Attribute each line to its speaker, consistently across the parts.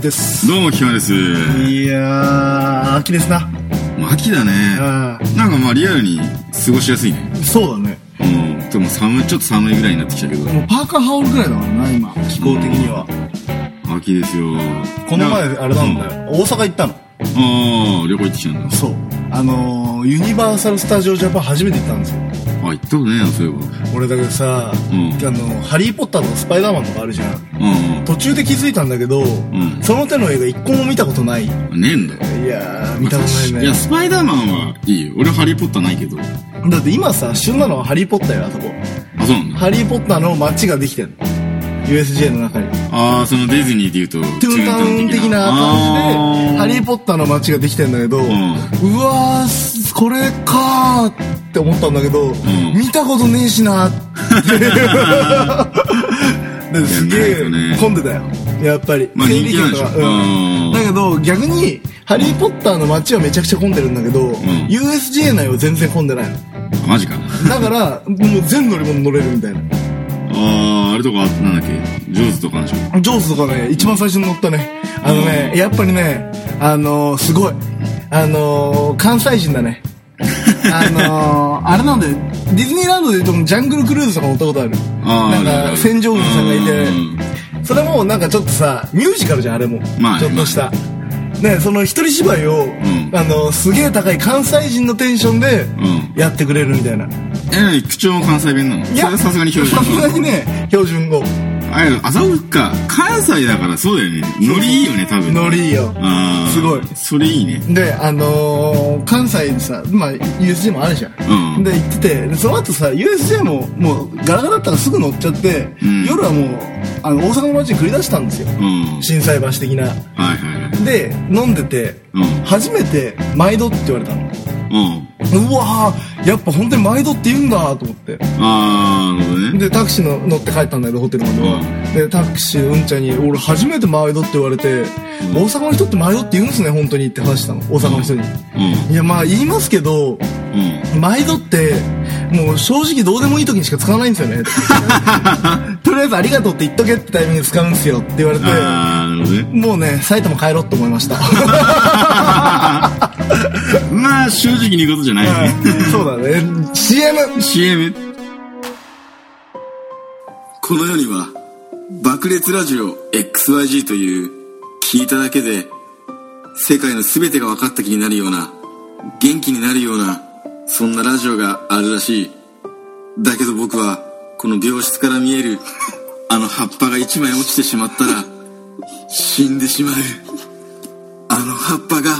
Speaker 1: です
Speaker 2: どうも、キマです。
Speaker 1: いやー秋ですな
Speaker 2: もう秋だね。
Speaker 1: あ
Speaker 2: なんかまあ、リアルに過ごしやすいね。
Speaker 1: ーそうだね
Speaker 2: うん。でも寒い、ちょっと寒いぐらいになってきたけど。
Speaker 1: もうパーカー羽織るぐらいだからな今気候的には
Speaker 2: 秋ですよ。
Speaker 1: この前
Speaker 2: な
Speaker 1: あれなんだよ大阪行ったの
Speaker 2: ああ、旅行行ってきたんだ。
Speaker 1: そうあのーユニバーサル・スタジオ・ジャパン初めて行ったんですよ
Speaker 2: あ、行ったことねえな、そういえば。
Speaker 1: 俺だけどさ、
Speaker 2: うん
Speaker 1: あのーハリー・ポッターとかスパイダーマンとかあるじゃん
Speaker 2: うん
Speaker 1: 途中で気づいたんだけど、
Speaker 2: ん
Speaker 1: その手の映画一個も見たことないい
Speaker 2: うん。ねえんだよ。
Speaker 1: やー見たことない
Speaker 2: い
Speaker 1: ね
Speaker 2: や、スパイダーマンはいいよ。俺ハリーポッターないけど。あ、
Speaker 1: だって今さ旬なのはハリー・ポッターよあそこ
Speaker 2: そうなんだ。
Speaker 1: ハリー・ポッターの街ができてる USJ の中に
Speaker 2: ああ、そのディズニーで言うと、
Speaker 1: トゥーンタウン的な感じで、ハ
Speaker 2: ー
Speaker 1: リー・ポッターの街ができてんだけど、うわー、これかーって思ったんだけど、見たことねえしなーって。ですげ
Speaker 2: いやない
Speaker 1: え
Speaker 2: よね
Speaker 1: 混んでたよ。やっぱり。
Speaker 2: まあ人気なんでし
Speaker 1: 整
Speaker 2: ょ
Speaker 1: 理券とかうん
Speaker 2: うん
Speaker 1: だけど逆に、ハリー・ポッターの街はめちゃくちゃ混んでるんだけど、
Speaker 2: ん
Speaker 1: USJ 内は全然混んでないの。
Speaker 2: あマジか。
Speaker 1: だから、もう全乗り物乗れるみたいな。
Speaker 2: ああ、あれとか、なんだっけ、ジョーズとかでしょ。
Speaker 1: ジョーズとかね、一番最初に乗ったね。あのね、やっぱりね、あのー、すごい。あのー、関西人だね。 あのー、あれなんだよ。ディズニーランドで言うと、ジャングルクルーズとか乗ったことある。
Speaker 2: あ
Speaker 1: な
Speaker 2: ー
Speaker 1: ん
Speaker 2: あるあ
Speaker 1: か、
Speaker 2: る
Speaker 1: 船上運さんがい
Speaker 2: うん
Speaker 1: て、それもなんかちょっとさ、ミュージカルじゃん、あれも。
Speaker 2: まあね
Speaker 1: ちょっとした。ね、その一人芝居を、
Speaker 2: ん
Speaker 1: あのー、すげえ高い関西人のテンションで
Speaker 2: ん、
Speaker 1: やってくれるみたいな。
Speaker 2: えなに、口調も関西弁なのそれはさすがに標準
Speaker 1: さすがにね、標準語。
Speaker 2: あれ、あざおっか、関西だからそうだよね。ノリいいよね、多分。
Speaker 1: ノリいいよ。
Speaker 2: あー
Speaker 1: すごい
Speaker 2: それいいね。
Speaker 1: で、あのー関西にさ、まあ、USJ もあるじゃん。
Speaker 2: うん
Speaker 1: で、行ってて、でその後さ、USJ も、もう、ガラガラだったからすぐ乗っちゃって、
Speaker 2: ん
Speaker 1: 夜はもう、あの、大阪の街に繰り出したんですよ。
Speaker 2: うん。
Speaker 1: 心斎橋的な。
Speaker 2: はいはいはい。
Speaker 1: で、飲んでて、
Speaker 2: うん
Speaker 1: 初めて、毎度って言われたの。
Speaker 2: うん。
Speaker 1: うわーやっぱ本当に毎度って言うんだと思って。
Speaker 2: あー、なるほどね。
Speaker 1: で、タクシーの乗って帰ったんだけど、ホテルまでは。で、タクシーうんちゃんに、俺初めて毎度って言われて、大阪の人って毎度って言うんすね、本当にって話したの。大阪の人に。いや、まあ、言いますけど、
Speaker 2: うん。うん。
Speaker 1: 毎度って、もう正直どうでもいい時にしか使わないんですよ ね。とりあえずありがとうって言っとけってタイミングで使うんですよって言われて、
Speaker 2: あー、なるほどね。
Speaker 1: もうね、埼玉帰ろうって思いました。
Speaker 2: まあ、正直に言うことじゃないよね。
Speaker 1: そうだね。CM!
Speaker 2: CM。この世には、爆裂ラジオ XYG という、聞いただけで、世界の全てが分かった気になるような、元気になるような、そんなラジオがあるらしい。だけど僕は、この病室から見える、あの葉っぱが一枚落ちてしまったら、死んでしまう。あの葉っぱが、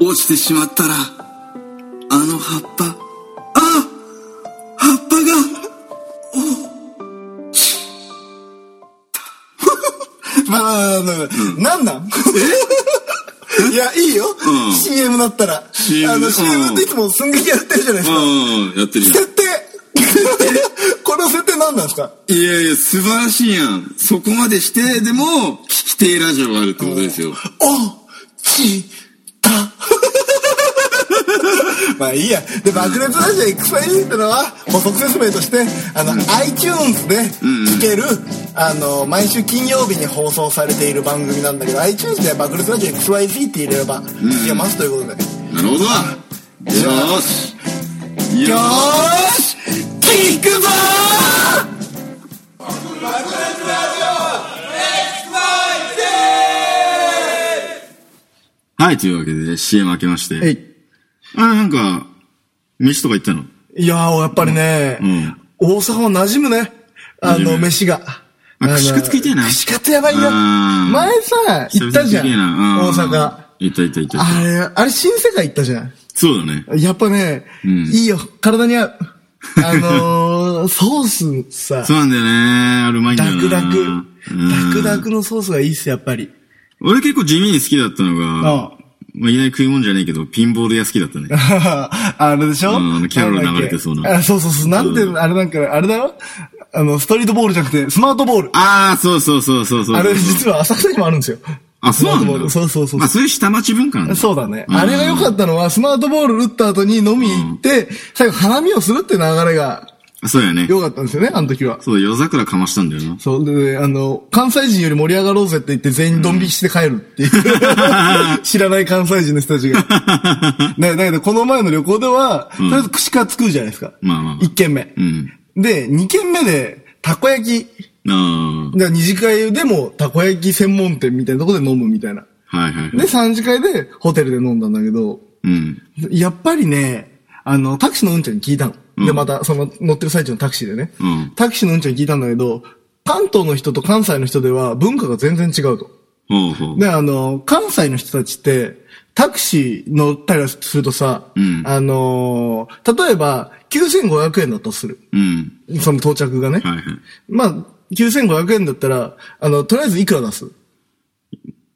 Speaker 2: 落ちてしまったら、あの葉っぱ、あ葉っぱが、
Speaker 1: まあまあまあまあ、なんなんいや、いいよ。
Speaker 2: うん
Speaker 1: CM だったら。
Speaker 2: CM
Speaker 1: あの、
Speaker 2: うん
Speaker 1: CM っていつも寸劇やってるじゃないですか。
Speaker 2: うん、やってるじ
Speaker 1: 設 定この設定何なんですか
Speaker 2: ゃん。いやいや、素晴らしいやん。そこまでして、でも、聞き手ラジオがあるってことですよ。
Speaker 1: おちた まあいいや。で、爆裂ラジオ XYZ ってのは、補足説明として、あの、iTunes で聴ける、あの、毎週金曜日に放送されている番組なんだけど、iTunes で爆裂ラジオ XYZ って入れれば、聞けますということで。
Speaker 2: なるほどな。よーし。よ
Speaker 1: ーし聞くぞ
Speaker 2: はい、というわけで CM 開けまして。
Speaker 1: えい。
Speaker 2: あ、なんか、飯とか行ったの
Speaker 1: いやー、やっぱりね、
Speaker 2: ん
Speaker 1: 大阪は馴染むね。あ
Speaker 2: 馴染
Speaker 1: の、
Speaker 2: む
Speaker 1: 飯が。
Speaker 2: あ
Speaker 1: の
Speaker 2: 串カツ食いてえな
Speaker 1: 串カツやばいよ。
Speaker 2: うん
Speaker 1: 前さ、行ったじゃん。大
Speaker 2: 久々に行けな
Speaker 1: 阪。
Speaker 2: うん行った行った行った行っ
Speaker 1: あれ、あれ新世界行ったじゃん。
Speaker 2: た。そうだね。
Speaker 1: やっぱね、
Speaker 2: ん
Speaker 1: いいよ。体に合う。あの ー、ソースさ
Speaker 2: そ、うなんだよね。あれうまいんだ
Speaker 1: ダ
Speaker 2: よな。
Speaker 1: クダク。ダクダ
Speaker 2: ク。
Speaker 1: クのソースがいいっす、やっぱり。
Speaker 2: 俺結構地味に好きだったのが
Speaker 1: あ、
Speaker 2: まあ、いきなり食い物じゃないけど、ピンボール屋好きだったね。
Speaker 1: あれでしょ
Speaker 2: うんあのキャロル流れてそうな
Speaker 1: だっけあそうそうそう。なんて、あれなんか、あれだろあの、ストリートボールじゃなくて、スマートボール。
Speaker 2: ああ、そうそうそうそうそう。
Speaker 1: あれ実は浅草にもあるんですよ。
Speaker 2: あ、そう
Speaker 1: ス
Speaker 2: な
Speaker 1: マートボー
Speaker 2: ん
Speaker 1: ル
Speaker 2: だ。
Speaker 1: そうそうそう。
Speaker 2: まあ、そういう下町文化なんだ。
Speaker 1: そうだね。
Speaker 2: ん
Speaker 1: あれが良かったのは、スマートボール打った後に飲み行って、最後花見をするって流れが、
Speaker 2: そうやね。
Speaker 1: よかったんですよね、あの時は。
Speaker 2: そう、夜桜かましたんだよな。
Speaker 1: そう、で、あの、関西人より盛り上がろうぜって言って全員ドン引きして帰るっていう、 知らない関西人の人たちが。ね、だけどこの前の旅行では、とりあえず串カツ食うじゃないですか。
Speaker 2: まあまあまあ
Speaker 1: 1軒目。
Speaker 2: うん。
Speaker 1: で、2軒目で、たこ焼き。
Speaker 2: あ
Speaker 1: だから二次会でもたこ焼き専門店みたいなとこで飲むみたいな。
Speaker 2: あ。はいはい
Speaker 1: で、
Speaker 2: はい。
Speaker 1: 三次会でホテルで飲んだんだけど、
Speaker 2: うん。
Speaker 1: やっぱりね、あの、タクシーのうんちゃんに聞いたの。
Speaker 2: う
Speaker 1: で、
Speaker 2: ん
Speaker 1: また、その、乗ってる最中のタクシーでね。
Speaker 2: うん
Speaker 1: タクシーのうんちゃんに聞いたんだけど、関東の人と関西の人では文化が全然違うと。
Speaker 2: ほうほう。
Speaker 1: で、あの、関西の人たちって、タクシー乗ったりするとさ、
Speaker 2: うん
Speaker 1: あのー例えば、9500円だとする。
Speaker 2: うん。
Speaker 1: その到着がね。
Speaker 2: はいは
Speaker 1: まあ、9500円だったら、あの、とりあえずいくら出す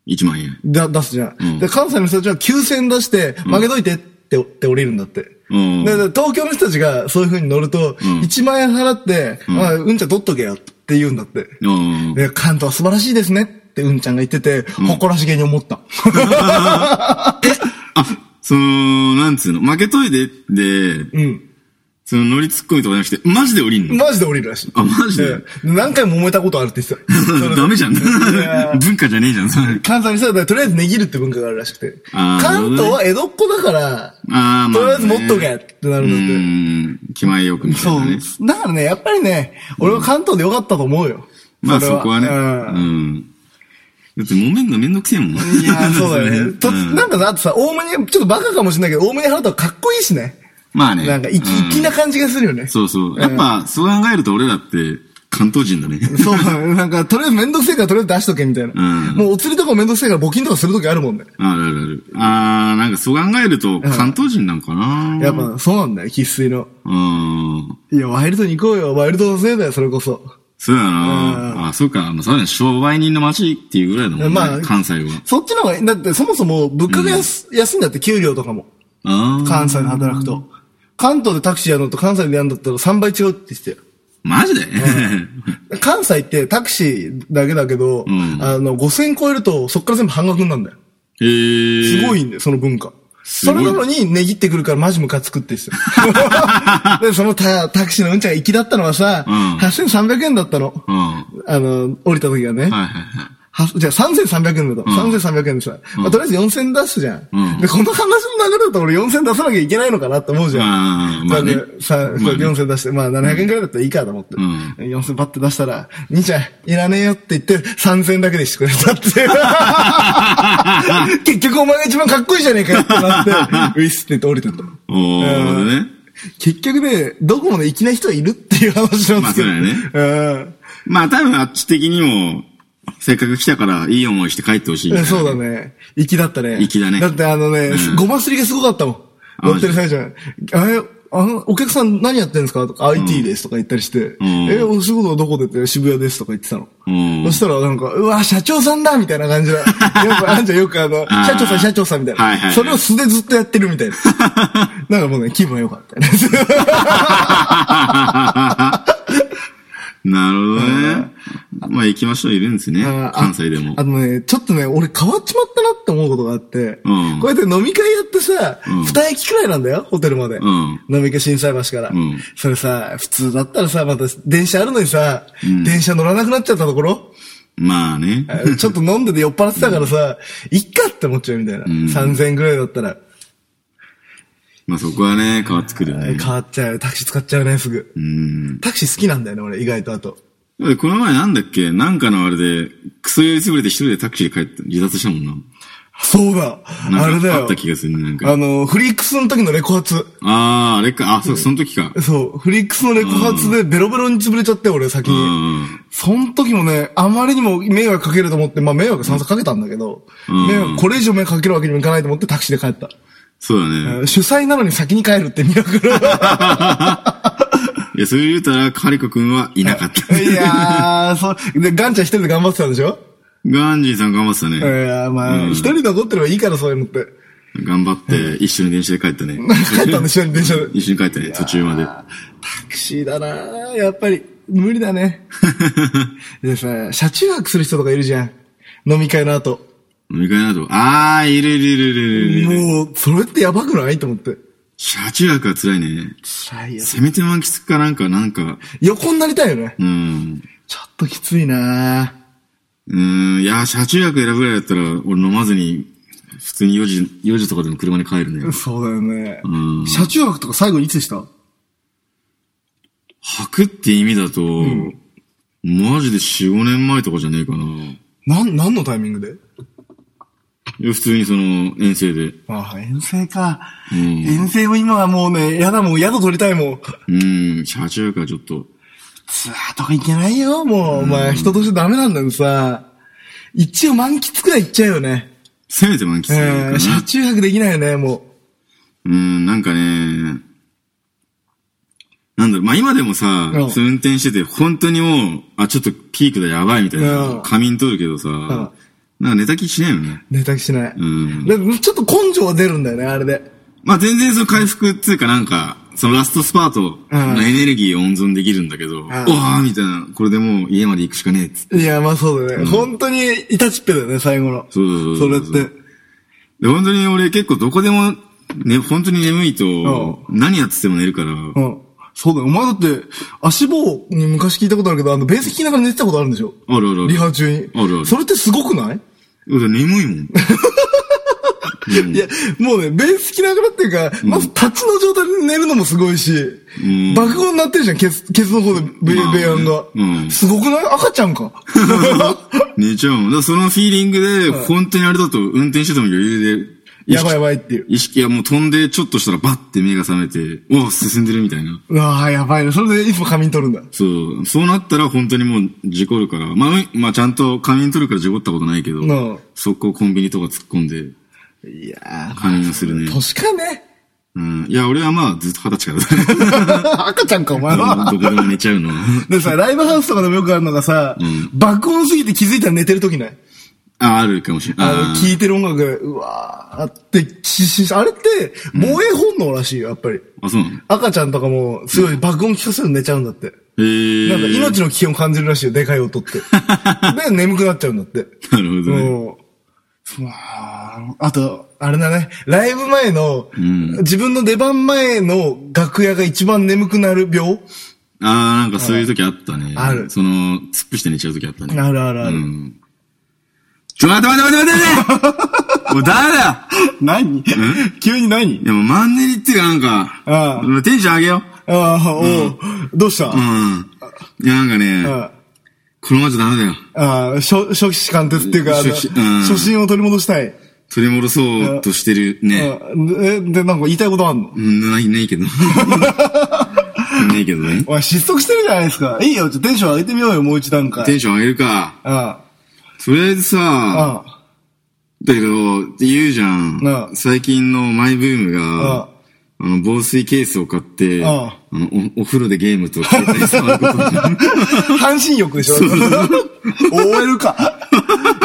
Speaker 2: い。1万円。
Speaker 1: だ、出すじゃん。
Speaker 2: うん
Speaker 1: で、関西の人たちは9000円出して、負けといてって、って降りるんだって。
Speaker 2: うん
Speaker 1: でで東京の人たちがそういう風に乗ると、1万円払って、うん、あうんちゃん取っとけよって言うんだって。
Speaker 2: うん。
Speaker 1: で関東は素晴らしいですねってうんちゃんが言ってて、誇らしげに思 った。
Speaker 2: あ、その、なんつうの、負けといでで、
Speaker 1: うん。
Speaker 2: その乗りツッコミとかじゃなくて、マジで降りんの
Speaker 1: マジで降りるらしい。
Speaker 2: あマジで
Speaker 1: うん何回も揉めたことあるって言って た。
Speaker 2: ダメじゃん。
Speaker 1: やー
Speaker 2: 文化じゃねえじゃん、それ。
Speaker 1: 関西の人はとりあえず値切るって文化があるらしくて。
Speaker 2: あー
Speaker 1: 関東は江戸っ子だから、
Speaker 2: あーまあね
Speaker 1: とりあえず持っとけってな
Speaker 2: う
Speaker 1: るんだって。
Speaker 2: ん。気前よくみたい
Speaker 1: そ
Speaker 2: なね。
Speaker 1: う。だからね、やっぱりね、俺は関東でよかったと思うよ。
Speaker 2: まあそこはね。う
Speaker 1: うん
Speaker 2: ん。だって揉めんのめんどくせえもん。い
Speaker 1: いや、そう だね。と
Speaker 2: ん
Speaker 1: なんかだってさ、大目に、ちょっとバカかもしれないけど、大目に払ったらかっこいいしね。
Speaker 2: まあね。
Speaker 1: なんか、粋
Speaker 2: うん
Speaker 1: 粋な感じがするよね。
Speaker 2: そうそう。やっぱ、そう考えると俺らって、関東人 だね。
Speaker 1: そうだね。なんか、とりあえずめんどくせえからとりあえず出しとけみたいな。
Speaker 2: うん
Speaker 1: もうお釣りとかもめんどくせえから募金とかするときあるもんね。
Speaker 2: あるあるある。あー、なんかそう考えると、関東人なんかな
Speaker 1: やっ。ぱ、そうなんだよ、生粋の。
Speaker 2: うん。
Speaker 1: いや、ワイルドに行こうよ。ワイルドのせいだよ、それこそ。
Speaker 2: そうやな。あ、そうか。まあ、そうだね。商売人の街っていうぐらいだもん
Speaker 1: まあ
Speaker 2: ね。関西は。
Speaker 1: そっちの方がいい。だって、そもそも物価が安,、安いんだって、給料とかも。
Speaker 2: あー。
Speaker 1: 関西で働くと。関東でタクシーやるのと関西でやるんだったら3倍違うって言ってたよ。
Speaker 2: マジで
Speaker 1: 関西ってタクシーだけだけど、
Speaker 2: ん
Speaker 1: あの、5000超えるとそっから全部半額になるんだよ。
Speaker 2: へー。
Speaker 1: すごいんだよ、その文化。
Speaker 2: ご
Speaker 1: そ
Speaker 2: い
Speaker 1: れなのに、値切ってくるからマジムカつくって 言ってたよで、そのタタクシーのうんちゃんが粋だったのはさ、
Speaker 2: うん
Speaker 1: 8300円だったの。
Speaker 2: うん。は
Speaker 1: あの、降りた時はね。
Speaker 2: いはいはい。
Speaker 1: はじゃあ3300円だと。3300円でさ、まあ、とりあえず4000出すじゃん。
Speaker 2: うん
Speaker 1: で、この話の流れだと俺4000出さなきゃいけないのかなって思うじゃん。
Speaker 2: あーまあね
Speaker 1: だからさ、
Speaker 2: まあね
Speaker 1: 4000出して、まあ700円くらいだったらいいかと思って。
Speaker 2: うん
Speaker 1: 4000バッて出したら、兄ちゃん、いらねえよって言って3000だけでしてくれたって。 結局お前が一番かっこいいじゃねえかよってなって、ウィスって言って降りてった。
Speaker 2: おー、なるほどね。
Speaker 1: 結局ね、どこまで生きない人はいるっていう話なんですけど。
Speaker 2: まあそう
Speaker 1: うん。
Speaker 2: まあ多分あっち的にも、せっかく来たからいい思いして帰ってほしいみたいな。
Speaker 1: そうだね。粋だったね。
Speaker 2: 粋だね
Speaker 1: だってあのね、
Speaker 2: うん
Speaker 1: ごますりがすごかったもん。
Speaker 2: あ
Speaker 1: 乗ってる最中にあれ、あの、お客さん何やってんですかとか、IT ですとか言ったりして、
Speaker 2: ん
Speaker 1: え、お仕事はどこでって渋谷ですとか言ってたの。
Speaker 2: うん
Speaker 1: そしたらなんか、うわ、社長さんだみたいな感 じだ。よく、あんじゃんよくあの、
Speaker 2: あー
Speaker 1: 社長さん、社長さんみたいな。
Speaker 2: はいはいはい
Speaker 1: それを素でずっとやってるみたいな。 なんかもうね、気分良かったね。
Speaker 2: なるほどね。まあ行きましょういるんですね。
Speaker 1: あ
Speaker 2: 関西でも
Speaker 1: あ。あのね、ちょっとね、俺変わっちまったなって思うことがあって、
Speaker 2: うん
Speaker 1: こうやって飲み会やってさ、二、
Speaker 2: ん
Speaker 1: 駅くらいなんだよ、ホテルまで。
Speaker 2: ん
Speaker 1: 飲み会震災橋から、
Speaker 2: ん
Speaker 1: それさ、普通だったらさ、また電車あるのにさ、電車乗らなくなっちゃったとこ ろ、
Speaker 2: まあね。
Speaker 1: ちょっと飲んでて酔っ払ってたからさ、いっかって思っちゃうみたいな。3000円くらいだったら、
Speaker 2: まあそこはね、変わってくるよね。
Speaker 1: 変わっちゃう。タクシー使っちゃうね、すぐ。
Speaker 2: うん。
Speaker 1: タクシー好きなんだよね、俺、意外とあと。
Speaker 2: だってこの前なんだっけなんかのあれで、クソ酔いつぶれて一人でタクシーで帰って、自殺したもんな。
Speaker 1: そうだ
Speaker 2: なんか
Speaker 1: あれだ
Speaker 2: あ
Speaker 1: よ
Speaker 2: った気がするね、なんか。
Speaker 1: あの、フリークスの時のレコ発。
Speaker 2: ああ、あれか。あ、そう、その時か。
Speaker 1: そう、フリックスのレコ発でベロベロに潰れちゃって、俺先
Speaker 2: う
Speaker 1: に。
Speaker 2: ん。
Speaker 1: その時もね、あまりにも迷惑かけると思って、まあ迷惑散々かけたんだけど、
Speaker 2: ん
Speaker 1: 迷惑これ以上迷惑かけるわけにもいかないと思ってタクシーで帰った。
Speaker 2: そうだね。
Speaker 1: 主催なのに先に帰るってミラクル。
Speaker 2: いや、それ言うたら、カリコ君はいなかった。
Speaker 1: いやー、そう、で、ガンちゃん一人で頑張ってたんでしょ
Speaker 2: ガンジーさん頑張ってた
Speaker 1: い
Speaker 2: ね。
Speaker 1: やー、まあ、
Speaker 2: うん
Speaker 1: 一人で残ってればいいから、そういうのっ て。
Speaker 2: 頑張って、一緒に電車で帰ったね。
Speaker 1: 帰ったんでしょ、電車で。
Speaker 2: 一緒に帰ったね、途中まで。
Speaker 1: タクシーだなーやっぱり、無理だ ね。でさ、車中泊する人とかいるじゃん。飲み会の後。
Speaker 2: 飲み会など。ああ、いるいるいるいるいるいる。
Speaker 1: もう、それってやばくないと思って。
Speaker 2: 車中泊は辛いね。
Speaker 1: 辛いよ。
Speaker 2: せめて満喫かなんか、なんか、
Speaker 1: 横になりたいよね。
Speaker 2: うん。
Speaker 1: ちょっときついな
Speaker 2: うん、いや、車中泊選ぶぐらいだったら、俺飲まずに、普通に4時、4時とかでも車に帰るね。
Speaker 1: そうだよね。
Speaker 2: うん。
Speaker 1: 車中泊とか最後にいつでした
Speaker 2: 泊って意味だと、マジで4、5年前とかじゃねえかな。
Speaker 1: なん、何のタイミングで
Speaker 2: いや普通にその、遠征で。
Speaker 1: ああ、遠征か。
Speaker 2: うん
Speaker 1: 遠征も今はもうね、やだもん、宿取りたいもん。
Speaker 2: うん、車中泊はちょっと、
Speaker 1: ツアーとか行けないよ、もう。お前、人としてダメなんだけどさ。一応満喫くらい行っちゃうよね。
Speaker 2: せめて満喫する
Speaker 1: えー、
Speaker 2: か
Speaker 1: 車
Speaker 2: な。
Speaker 1: 中泊できないよね、も
Speaker 2: うん、なんかね、なんだろう、まあ、今でもさ、
Speaker 1: うん
Speaker 2: そう運転してて、本当にもう、あ、ちょっとピークだ、やばいみたい
Speaker 1: うん
Speaker 2: な、仮眠取るけどさ、なんか寝た気しないよね。
Speaker 1: う。寝たきしない。
Speaker 2: ん
Speaker 1: だからちょっと根性は出るんだよね、あれで。
Speaker 2: まあ、全然その回復っていうかなんか、そのラストスパートのエネルギーを温存できるんだけど、おわーみたいな、これでもう家まで行くしかねえっつって。
Speaker 1: いや、まあそうだね。本当に、いたちっぺだよね、最後の。
Speaker 2: そうそうそうそう
Speaker 1: それって。
Speaker 2: で、本当に俺結構どこでも、ね、本当に眠いと、何やってても寝るから、
Speaker 1: うん。そうだよ。お前だって、足棒に昔聞いたことあるけど、あの、ベース弾きながら寝てたことあるんでしょ
Speaker 2: あるあるある。
Speaker 1: リハ中に。
Speaker 2: あるある
Speaker 1: それってすごくない、
Speaker 2: だって眠いもん。
Speaker 1: いや、 もうね、ベース弾きながらっていうか、まず立ちの状態で寝るのもすごいし、
Speaker 2: ん
Speaker 1: 爆音になってるじゃん、ケツ、ケツの方で、ベ、
Speaker 2: まあね
Speaker 1: ベアンが、
Speaker 2: うん
Speaker 1: すごくない赤ちゃん か。
Speaker 2: 寝ちゃうもん。だからそのフィーリングで、本当にあれだと運転してても余裕で、
Speaker 1: やばいやばいっていう。
Speaker 2: 意識がもう飛んでちょっとしたらバッて目が覚めて、おう進んでるみたいな。
Speaker 1: うわあやばいね。それでいつも仮眠取るんだ。
Speaker 2: そう、そうなったら本当にもう事故るから、まあ、うまあちゃんと仮眠取るから事故ったことないけど、
Speaker 1: うん
Speaker 2: 速攻コンビニとか突っ込んで
Speaker 1: いやー
Speaker 2: 仮眠をするね。
Speaker 1: 年か ね。
Speaker 2: うん。いや、俺はまあずっと二十歳から
Speaker 1: 赤ちゃんか、お前
Speaker 2: だ。
Speaker 1: は。
Speaker 2: どこでも寝ちゃうの。
Speaker 1: でさ、ライブハウスとかでもよくあるのがさ、爆音すぎて気づいたら寝てる時ない
Speaker 2: あ、あるかもしれない。
Speaker 1: あの、聴いてる音楽が、うわーって、ししあれって、防衛本能らしいよ、やっぱり。
Speaker 2: あ、そうなの
Speaker 1: 赤ちゃんとかも、すごい爆音聞かせると寝ちゃうんだって。
Speaker 2: へえ。
Speaker 1: なんか命の危険を感じるらしいよ、でかい音 って。で、眠くなっちゃうんだって。
Speaker 2: なるほどね。
Speaker 1: うん。まあ、あと、あれだね、ライブ前の、自分の出番前の楽屋が一番眠くなる病
Speaker 2: ああ、なんかそういう時あったね。
Speaker 1: ある
Speaker 2: その、突っ伏して寝ちゃう時あったね。
Speaker 1: あるあるある。
Speaker 2: うん。ちょ、待って待って待って待 ってもうダメだ
Speaker 1: 何 急に何
Speaker 2: でもマンネリっていうかなんか、
Speaker 1: ああ
Speaker 2: もうテンション上げよ
Speaker 1: ああ、おうどうした、
Speaker 2: う。う
Speaker 1: あ
Speaker 2: ん。いや、なんかね、
Speaker 1: あ
Speaker 2: このままじゃダメだよ。
Speaker 1: ああ、初初期貫徹っていうか、あの
Speaker 2: 初期うん
Speaker 1: 初心を取り戻したい。
Speaker 2: 取り戻そうとしてるね。
Speaker 1: うんえ、で、なんか言いたいことあんの
Speaker 2: うん、ない、な いけど。ないけどね。
Speaker 1: おい、失速してるじゃないですか。いいよ、ちょっとテンション上げてみようよ、もう一段階。
Speaker 2: テンション上げるか。
Speaker 1: あ
Speaker 2: とりあえず
Speaker 1: あ、
Speaker 2: さ、
Speaker 1: ああ、
Speaker 2: だけど、言うじゃ
Speaker 1: あ
Speaker 2: ん
Speaker 1: あ。
Speaker 2: 最近のマイブーム
Speaker 1: ああ
Speaker 2: が、あの、防水ケースを買って、
Speaker 1: あ
Speaker 2: あのお、お風呂でゲームと携帯触ることじゃ ん
Speaker 1: 半身浴でしょ ?OL か。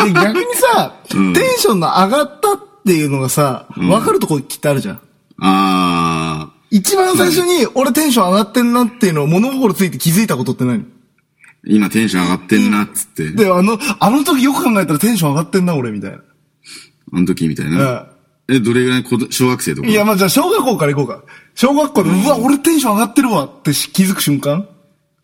Speaker 1: で、逆にさ、
Speaker 2: うん
Speaker 1: テンションの上がったっていうのがさ、わかるとこきっとあるじゃん。
Speaker 2: あ
Speaker 1: 一番最初に、俺テンション上がってんなっていうのを物心ついて気づいたことって何
Speaker 2: ー、今テンション上がってんな、っつって。
Speaker 1: で、あの、あの時よく考えたらテンション上がってんな、俺、みたいな。
Speaker 2: あの時みたい
Speaker 1: あ
Speaker 2: な。え、どれぐらい子ど小学生とか
Speaker 1: いや、まあ、じゃあ、小学校から行こうか。小学校で、うわ、俺テンション上がってるわってし気づく瞬間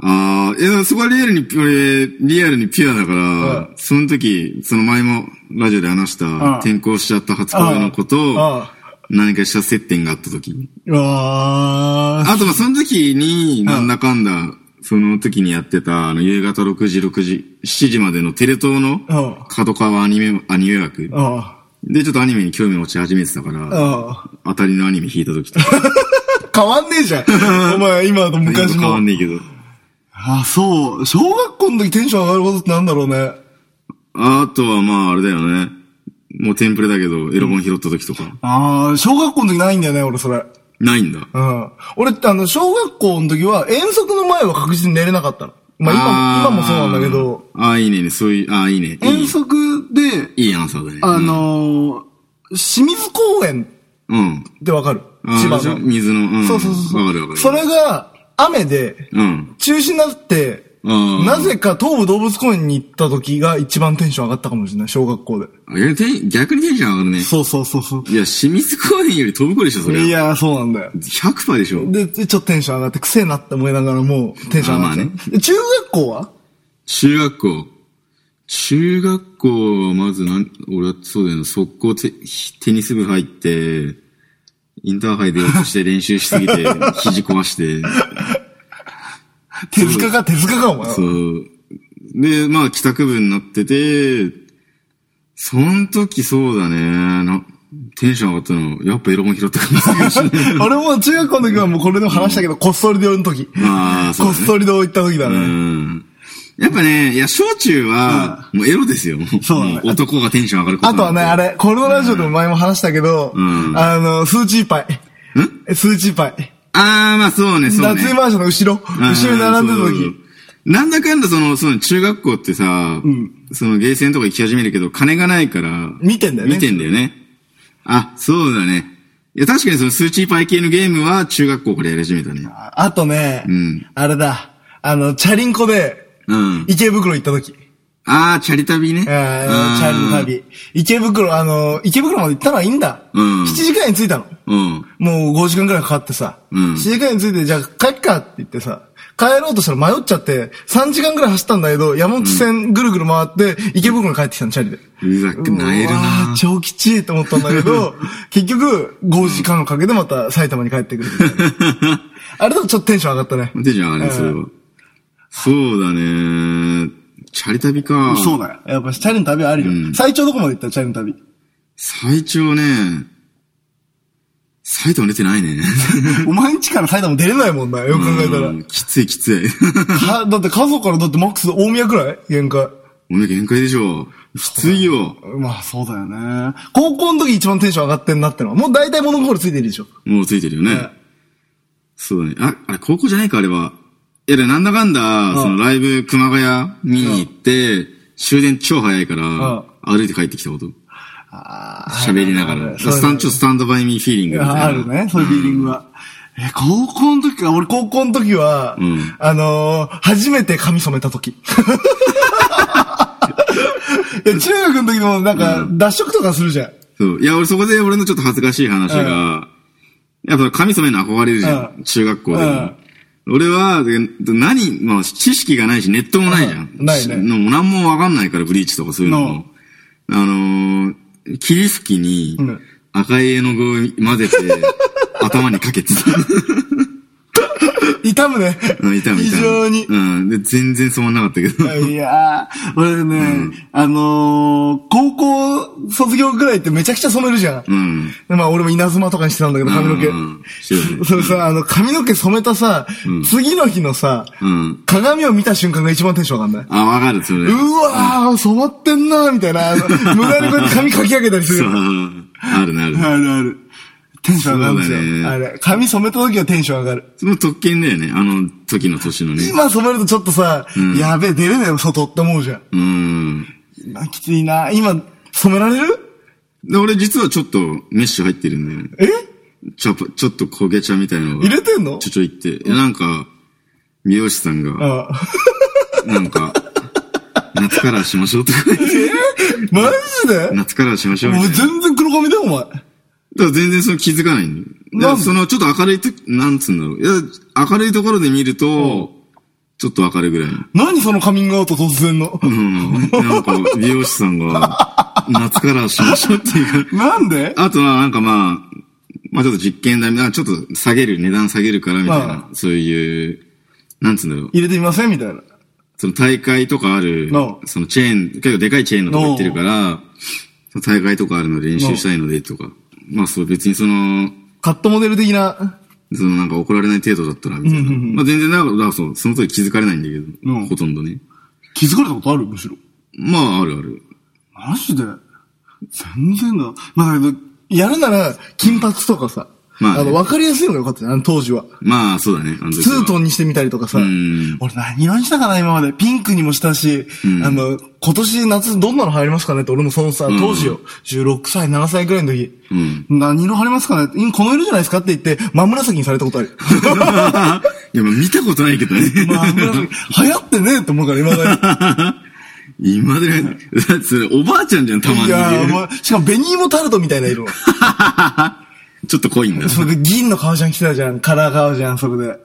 Speaker 2: ああ、え、でもそこはリアルに、俺、リアルにピュアだから、その時、その前もラジオで話し
Speaker 1: ん
Speaker 2: た、転校しちゃった初恋のこと
Speaker 1: うんうん
Speaker 2: を、何かした接点があった時。
Speaker 1: うわー。
Speaker 2: あと、まあ、その時に、なんだかんだ、その時にやってた、あの、夕方6時、6時、7時までのテレ東の
Speaker 1: ん、
Speaker 2: 角川アニメ、アニメ枠。
Speaker 1: あ
Speaker 2: で、ちょっとアニメに興味持ち始めてたから、
Speaker 1: あ。
Speaker 2: 当たりのアニメ弾いた時とか。
Speaker 1: 変わんねえじゃ ん。お前、今と
Speaker 2: 今 と
Speaker 1: 昔
Speaker 2: 変わ
Speaker 1: の
Speaker 2: ん。ねえけど。
Speaker 1: あ、そう。小学校の時テンション上がることってなんだろうね。
Speaker 2: あとは、まあ、あれだよね。もうテンプレだけど、エロ本拾った時とか。
Speaker 1: ああ、小学校の時ないんだよね、俺、それ。
Speaker 2: ないんだ。
Speaker 1: うん。俺、あの、小学校の時は、遠足の前は確実に寝れなかったの。まあ、今も、今もそうなんだけど、
Speaker 2: あーあー、いいねいいね、そういう、ああ、いいね。いい
Speaker 1: 遠足で、
Speaker 2: いいアンサーだね。
Speaker 1: あのー、清水公園
Speaker 2: うん、うん。
Speaker 1: ってわかる
Speaker 2: あー
Speaker 1: 千葉
Speaker 2: あれじゃ
Speaker 1: の。
Speaker 2: 水の、うん。
Speaker 1: そうそうそう。
Speaker 2: わかるわかる。
Speaker 1: それが、雨で、
Speaker 2: うん。
Speaker 1: 中止になって、
Speaker 2: ううん。
Speaker 1: なぜか東武動物公園に行った時が一番テンション上がったかもしれない、小学校で。
Speaker 2: 逆にテン、逆にテンション上がるね。
Speaker 1: そうそうそうそう。
Speaker 2: いや、清水公園より飛ぶ子でしょ、それ
Speaker 1: い
Speaker 2: は。
Speaker 1: やー、そうなんだよ。
Speaker 2: 100%でしょ。
Speaker 1: で、ちょっとテンション上がって、癖になって思いながらもうテンション上がって。
Speaker 2: あま
Speaker 1: で中学校は
Speaker 2: 中学校。中学校はまずなん、俺はそうだよな、速攻テテニス部入って、インターハイ出ようとして練習しすぎ て、肘壊して、
Speaker 1: 手塚か、手塚か、お前は。
Speaker 2: そう。で、まあ、帰宅部になってて、その時そうだね、な、テンション上がったの、やっぱエロ本拾ったかもしれない。
Speaker 1: あれも中学校の時はもうこれでも話したけど、こっそり堂の時。
Speaker 2: ああ、そう
Speaker 1: こっ
Speaker 2: だね。
Speaker 1: そり堂行った時だ
Speaker 2: う
Speaker 1: ね。
Speaker 2: ん。やっぱね、いや、小中は、もうエロですよ。
Speaker 1: そうだね
Speaker 2: も男がテンション上がること
Speaker 1: あとはね、あれ、このラジオでも前も話したけど、
Speaker 2: ん
Speaker 1: あの、スーチーパイ。
Speaker 2: ん
Speaker 1: えスーチーパイ。
Speaker 2: ああ、まあそうね、そうね。
Speaker 1: 脱衣マンションの後ろ、後ろに並んで
Speaker 2: うん
Speaker 1: た
Speaker 2: そうそう
Speaker 1: 時。
Speaker 2: なんだかんだその、その中学校ってさ、そのゲーセンとか行き始めるけど、金がないから、
Speaker 1: 見てんだよね
Speaker 2: 見てんだよね。あ、そうだね。いや、確かにそのスーチーパイ系のゲームは中学校からやり始めたね。
Speaker 1: ああとね、
Speaker 2: ん
Speaker 1: あれだ、あの、チャリンコで、
Speaker 2: うん。
Speaker 1: 池袋行った時。
Speaker 2: ああ、チャリ旅ね。
Speaker 1: えーチャリの旅。池袋、あの、池袋まで行ったのはいいんだ。
Speaker 2: うん
Speaker 1: 7時間に着いたの。
Speaker 2: うん。
Speaker 1: もう5時間くらいかかってさ、
Speaker 2: うん
Speaker 1: 7時間に着いて、じゃあ帰っかって言ってさ、帰ろうとしたら迷っちゃって、3時間くらい走ったんだけど、山手線ぐるぐる回って、池袋に帰ってきたの、チャリで。
Speaker 2: うざくなえる
Speaker 1: うわ
Speaker 2: な
Speaker 1: ー超きちいと思ったんだけ ど、結局、5時間かけてまた埼玉に帰って くるみたいな。あれだとちょっとテンション上がったね。
Speaker 2: テンション上がるね、それは。そうだね。チャリ旅か。
Speaker 1: そうだよ。やっぱチャリの旅はあるよ。
Speaker 2: うん
Speaker 1: 最長どこまで行ったチャリの旅。
Speaker 2: 最長ね、埼玉出てないね。
Speaker 1: お前んちから埼玉出れないもんな、よく考えたら
Speaker 2: うんきついきつい。
Speaker 1: か。だって家族からだってマックス大宮くらい限界。
Speaker 2: 俺限界でしょ。きついよ。
Speaker 1: まあそうだよね。高校の時一番テンション上がってんなってのは、もう大体モノコールついてるでしょ。
Speaker 2: もうついてるよね。そうだね。あ、あれ高校じゃないか、あれは。いや、でなんだかんだ、そのライブ熊谷見に行って、終電超早いから、歩いて帰ってきたこと。喋りながら。
Speaker 1: そういうの
Speaker 2: スタン、ちょっとスタンドバイミーフィーリングみたいな。
Speaker 1: あるね、そういうフィーリングは。え、高校の時か、俺高校の時は、
Speaker 2: ん
Speaker 1: あのー初めて髪染めた 時。いや中学の時もなんか、脱色とかするじゃん。
Speaker 2: そう。いや、俺そこで俺のちょっと恥ずかしい話が、やっぱ神様に憧れるじゃ
Speaker 1: うん
Speaker 2: ん。中学校で
Speaker 1: うん
Speaker 2: も。俺は、で何、まあ、知識がないし、ネットもないじゃん。
Speaker 1: うんないね
Speaker 2: しもう何もわかんないから、ブリーチとかそういうのも。あのー、霧吹きに
Speaker 1: うん
Speaker 2: 赤い絵の具を 混ぜて、頭にかけてた。
Speaker 1: 痛むね。
Speaker 2: うんいたみたいな。
Speaker 1: 非常に。
Speaker 2: うん。で、全然染まんなかったけど。
Speaker 1: いやー、俺ね、あのー高校卒業ぐらいってめちゃくちゃ染めるじゃん。
Speaker 2: うん。
Speaker 1: でまあ俺も稲妻とかにしてたんだけど、髪の毛。
Speaker 2: うんしてるね
Speaker 1: それさ、あの、髪の毛染めたさ、次の日のさ、
Speaker 2: うん。
Speaker 1: 鏡を見た瞬間が一番テンション上がんない。
Speaker 2: あ、わかる、それ。
Speaker 1: うわー、染まってんなー、みたいな。あの無駄にこうやって髪かき上げたりす
Speaker 2: そう
Speaker 1: る。
Speaker 2: あるね、あるね。
Speaker 1: あるある。テンション上がるんです
Speaker 2: そうだ
Speaker 1: よ。
Speaker 2: ね
Speaker 1: あれ、髪染めた時はテンション上がる。
Speaker 2: その特権だよね、あの時の年のね。
Speaker 1: 今染めるとちょっとさ、やべえ、出れないよ、外って思うじゃん。
Speaker 2: うん。
Speaker 1: 今きついな今、染められる
Speaker 2: で、俺実はちょっとメッシュ入ってるんだよね。
Speaker 1: え
Speaker 2: ちょ、ちょっと焦げ茶みたいなのが
Speaker 1: 入。れてんの
Speaker 2: ちょちょいって。いや、なんか、美容師さんが、
Speaker 1: ああ。
Speaker 2: なんか、 夏からしましょうとか言って
Speaker 1: マジで
Speaker 2: 夏からしましょうみ
Speaker 1: も
Speaker 2: た
Speaker 1: う
Speaker 2: いな。だか
Speaker 1: 全然黒髪だよ、お前。
Speaker 2: ら全然その気づかないんだよ。だ
Speaker 1: な
Speaker 2: か
Speaker 1: ん
Speaker 2: ら
Speaker 1: で
Speaker 2: そのちょっと明るいと、なんつうんだろう。いや、明るいところで見ると、ちょっと明るいぐらい。
Speaker 1: 何そのカミングアウト突然の。
Speaker 2: うん。なんか、美容師さん が、夏からしましょうっていうから
Speaker 1: なんで
Speaker 2: あとは、なんかまあ、まあちょっと実験だな、ちょっと下げる、値段下げるからみたいな、
Speaker 1: ま
Speaker 2: そういう、なんつうんだろう。
Speaker 1: 入れてみませんみたいな。
Speaker 2: その大会とかある
Speaker 1: うん、
Speaker 2: そのチェーン、結構でかいチェーンのとこ行ってるから、その大会とかあるので練習したいのでとか、まあそう別にその、
Speaker 1: カットモデル的な。
Speaker 2: そのなんか怒られない程度だったら、みたいな。まあ全然だから、だからそう、その時気づかれないんだけど、
Speaker 1: うん
Speaker 2: ほとんどね。
Speaker 1: 気づかれたことあるむしろ。
Speaker 2: まああるある。
Speaker 1: マジで全然だ。まあ、だけど、やるなら、金髪とかさ。
Speaker 2: まあね
Speaker 1: の、わかりやすいのが良かったね、あの当時は。
Speaker 2: まあそうだね、あの時
Speaker 1: ツート
Speaker 2: ン。
Speaker 1: ンにしてみたりとかさ。
Speaker 2: ん
Speaker 1: 俺何色にしたかな、今まで。ピンクにもしたし、あの、今年夏どんなの流行りますかねって、俺もそのさ、当時よ、16歳、7歳くらいの時。
Speaker 2: うん。
Speaker 1: 何色貼れますかね今この色じゃないですかって言って、真紫にされたことある。
Speaker 2: いや、まあ見たことないけどね。
Speaker 1: まあ、危なかった流行ってねえと思うから、今 だに。
Speaker 2: 今で、だってそれおばあちゃんじゃん、たま
Speaker 1: い
Speaker 2: に。
Speaker 1: やー、まあ、しかも紅芋タルトみたいな色。
Speaker 2: ちょっと濃いんだ。
Speaker 1: それで銀の革ジャン着てたじゃん。カラー革ジャン、それで。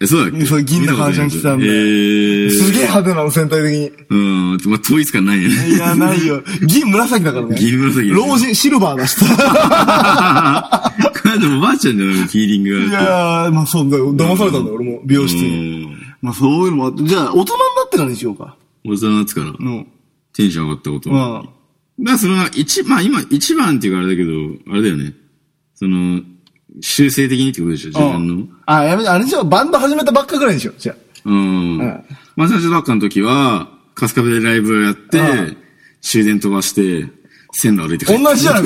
Speaker 2: えそうだっけ
Speaker 1: そう銀の革ジャン着てたんだ
Speaker 2: えー、
Speaker 1: すげえ派手なの、全体的
Speaker 2: うん、まあ、統一感ないよね。
Speaker 1: に。 いや、ないよ。銀紫だからね。
Speaker 2: 銀紫
Speaker 1: 老人、シルバーだし
Speaker 2: これでもおばあちゃんじゃないフィーリング
Speaker 1: い
Speaker 2: がある
Speaker 1: やー、まあそうだよ。騙されたんだよ、俺も。美容
Speaker 2: と。
Speaker 1: 室
Speaker 2: う
Speaker 1: に。
Speaker 2: ん。
Speaker 1: まあそういうのもあって。じゃあ、大人になってからにしようか。
Speaker 2: 大人になってから、
Speaker 1: うん。
Speaker 2: テンション上がったこと。
Speaker 1: まあ、
Speaker 2: まあ、それは一、まあ今、一番っていうかあれだけど、あれだよね。その、修正的にってことでしょ、自
Speaker 1: う
Speaker 2: 分の
Speaker 1: ん。あ、やめて、あれにしよう。バンド始めたばっかぐらいにしよう。じゃ
Speaker 2: うん。
Speaker 1: ん
Speaker 2: まあ最初ばっかの時は、カスカベでライブをやって
Speaker 1: うん、
Speaker 2: 終電飛ばして、線路歩いて
Speaker 1: あ。
Speaker 2: 帰って。
Speaker 1: 同じじゃな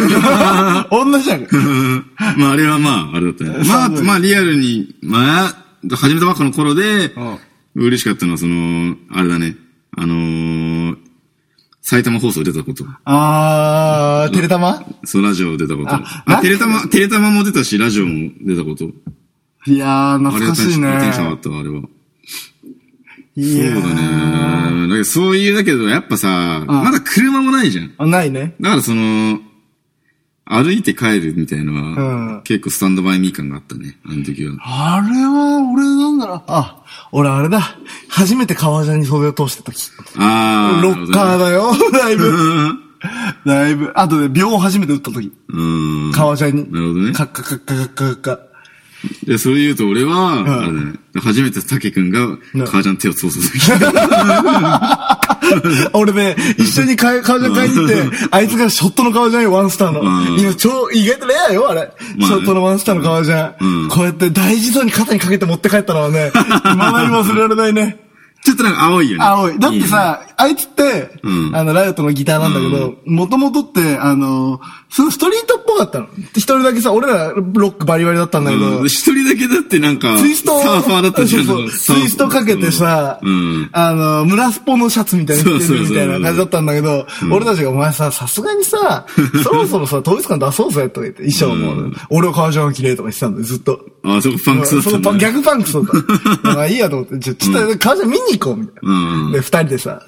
Speaker 1: く同じじゃなく
Speaker 2: うんまああれはまあ、あれだっ たね。まあ、まあリアルに、まあ、始めたばっかの頃で、嬉しかったのはその、あれだね。あのー、埼玉放送出たこと。
Speaker 1: あー、テレタマ
Speaker 2: そう、ラジオ出たこと。
Speaker 1: あラ
Speaker 2: あ、
Speaker 1: ジオ
Speaker 2: テレタマ、テレタマも出たし、ラジオも出たこと。
Speaker 1: いやー、
Speaker 2: あ
Speaker 1: 懐
Speaker 2: れは
Speaker 1: か
Speaker 2: テン
Speaker 1: し
Speaker 2: シ
Speaker 1: いね。
Speaker 2: ョン上がったわ、あれは。
Speaker 1: いや
Speaker 2: そうだね。だけど、そういう、だけど、やっぱさ、
Speaker 1: ん
Speaker 2: まだ車もないじゃん。
Speaker 1: あないね。
Speaker 2: だからその、歩いて帰るみたいの
Speaker 1: う
Speaker 2: は
Speaker 1: ん、
Speaker 2: 結構スタンドバイミー感があったね、あの時は。
Speaker 1: あれは、俺なんだろう。あ、俺あれだ。初めて革ジャンに袖を通した時。
Speaker 2: あー。
Speaker 1: ロッカーだよ、だいぶ。
Speaker 2: ー。
Speaker 1: だいぶ。あとで、秒を初めて打った時。
Speaker 2: うん。
Speaker 1: 革ジャンに。
Speaker 2: なるほどね
Speaker 1: カッカカッカカッカカッカ。
Speaker 2: で、それ言うと俺は、
Speaker 1: ん
Speaker 2: あれだね初めて竹くんが
Speaker 1: ん、
Speaker 2: 母ちゃんの手を操作する。
Speaker 1: 俺ね、一緒にか革ジャン買いに行って、あいつがショットの革ジャンよ、ワンスター
Speaker 2: う
Speaker 1: の。
Speaker 2: ん
Speaker 1: いや、超、意外とレアよ、あれ。
Speaker 2: ね
Speaker 1: ショットのワンスターの革ジャ
Speaker 2: う
Speaker 1: ン。
Speaker 2: ん
Speaker 1: こうやって大事そうに肩にかけて持って帰ったのは ね、今まで忘れられないね。
Speaker 2: ちょっとなんか青いよね。
Speaker 1: 青い。だってさ、あいつって、
Speaker 2: うん
Speaker 1: あの、ライオットのギターなんだけど、もともとって、あの、そのストリートっぽかったの。一人だけさ、俺らロックバリバリだったんだ
Speaker 2: い
Speaker 1: け
Speaker 2: いね、
Speaker 1: ど、
Speaker 2: うん一人だけだってなんか、
Speaker 1: ツイストを
Speaker 2: サーファーだったじゃん。
Speaker 1: そうそう
Speaker 2: サ
Speaker 1: ツ
Speaker 2: ーファー
Speaker 1: イストかけてさ、
Speaker 2: うん。
Speaker 1: あの、村スポのシャツみたいなの着てるみたいな
Speaker 2: そうそうそうそう
Speaker 1: 感じだったんだけど、俺たちがお前さ、さすがに さ、そろそろさ、統一感出そうぜとか言って、衣装も、俺は革ジャンが着ねえとか言ってたんだよ、ずっと。
Speaker 2: あ、そこパンクスだっ
Speaker 1: そ
Speaker 2: た
Speaker 1: の
Speaker 2: ん
Speaker 1: パ
Speaker 2: だ、
Speaker 1: ン
Speaker 2: ね。
Speaker 1: 逆パンクそうだった。まあいいやと思って、ちょ、ちょっと、川じゃ見に行こう、みたいな。
Speaker 2: うん
Speaker 1: で、二人でさ、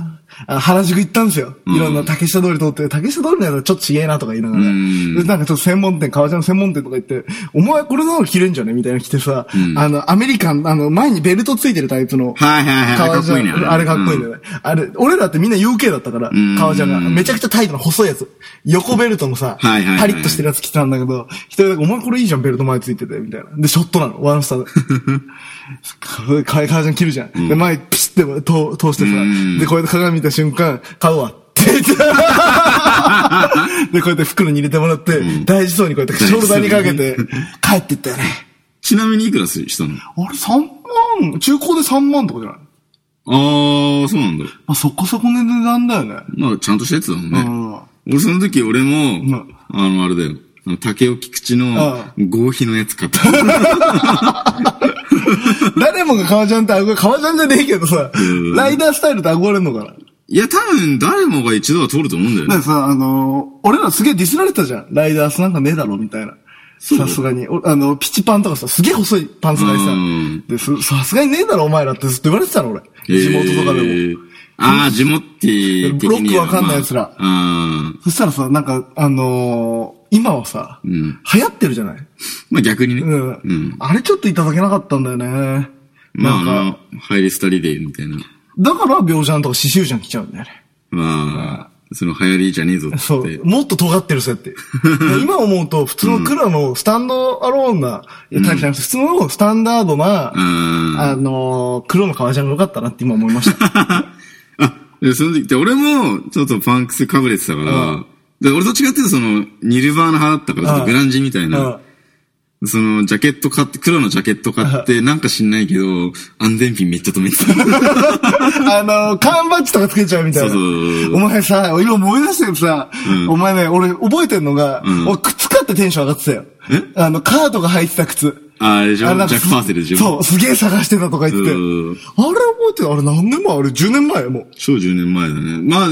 Speaker 1: あ原宿行ったんですよ。いろんな竹下通り通って、竹下通りのやつはちょっと違えなとか言いながら。で、
Speaker 2: ん
Speaker 1: なんかちょっと専門店、川ちゃんの専門店とか行って、お前これなの着れんじゃねみたいなの着てさ、あの、アメリカン、あの、前にベルトついてるタイプの。
Speaker 2: はいはいはい。か
Speaker 1: 革
Speaker 2: っ
Speaker 1: ジ
Speaker 2: こ
Speaker 1: ャ
Speaker 2: いい
Speaker 1: ン
Speaker 2: ね。
Speaker 1: あれかっこいいんだよね。あれ、俺らってみんな UK だったから、
Speaker 2: ん
Speaker 1: 革ジャンが。めちゃくちゃタイトな細いやつ。横ベルトのさ、
Speaker 2: はいはいはい
Speaker 1: パリッとしてるやつ着てたんだけど、一人だけ、お前これいいじゃん、ベルト前ついてて、みたいな。で、ショットなの、ワンスターで。 か革ジャン着るじゃん。で、前ピシッて通通して
Speaker 2: うん
Speaker 1: さ、で、こうやって鏡見た瞬間、買うわ。って言 ってで、こうやって袋に入れてもらって、大事そうにこうやってショルダーにかけて、帰ってったよね。
Speaker 2: ちなみにいくらするしたの
Speaker 1: あれ、3万、中古で3万とかじゃない
Speaker 2: ああ、そうなんだ。
Speaker 1: まあ、そこそこの値段だよね。
Speaker 2: まあ、ちゃんとしたやつだもん
Speaker 1: う
Speaker 2: ね。
Speaker 1: ん。
Speaker 2: 俺その時俺も、
Speaker 1: ん
Speaker 2: あの、あれだよ。あの竹尾菊池の合皮のやつ買った。
Speaker 1: 誰もが革ジャンって憧れ、革ジャンじゃねえけどさ、
Speaker 2: ん
Speaker 1: ライダースタイルって憧れるのかなだか
Speaker 2: いや、多分誰もが一度は通ると思うんだよね
Speaker 1: ら。さ、あのー俺らすげえディスられたじゃん。ライダースなんかねえだろ、みたいな。さすがに。おあの、ピチパンとかさ、すげえ細いパンツがいさ
Speaker 2: うん、
Speaker 1: で、すさすがにねえだろ、お前らってずっと言われてたの、俺。地元とかでも。
Speaker 2: えーああ、地元って的には
Speaker 1: ロックわかんない奴ら
Speaker 2: まああー
Speaker 1: そしたらさ、なんか、あのー今はさ、
Speaker 2: ん
Speaker 1: 流行ってるじゃない、
Speaker 2: まあ逆にね。
Speaker 1: うん、
Speaker 2: うん。
Speaker 1: あれちょっといただけなかったんだよね。
Speaker 2: まあ、
Speaker 1: なんか、
Speaker 2: あの、ハイリスタリレーみたいな。
Speaker 1: だから、病ジャンとか刺繍ジャン来ちゃうんだよね。
Speaker 2: まあ、その流行りじゃねえぞって。
Speaker 1: そう。もっと尖ってるさ って。で今思うと、普通の黒のスタンドアローンな、いやタイプじゃなくて、普通のスタンダードな、
Speaker 2: あ
Speaker 1: あのー、黒の革ジャンが良かったなって今思いました。
Speaker 2: ーあ、でその時、で俺もちょっとパンクスかぶれてたから、で俺と違ってその、ニルバーナ派だったから、ちょっとグランジみたいな。その、ジャケット買って、黒のジャケット買って、なんか知んないけど、安全ピンめっちゃ止めてた。
Speaker 1: あのー、缶バッジとかつけちゃうみたいな。
Speaker 2: そうそうそう
Speaker 1: お前さ、今思い出してるさ、お前ね、俺覚えてんのが、
Speaker 2: ん
Speaker 1: 俺靴買ってテンション上がってたよ。あの、カートが履いてた靴。
Speaker 2: あれでしょ
Speaker 1: あ
Speaker 2: ジ
Speaker 1: な
Speaker 2: ャ
Speaker 1: んか
Speaker 2: ック・パーセルでしょ
Speaker 1: そう、すげえ探してたとか言ってて。あれ
Speaker 2: うん
Speaker 1: 覚えてるあれ何年前あれ10年前もう。
Speaker 2: 超10年前だね。まあ、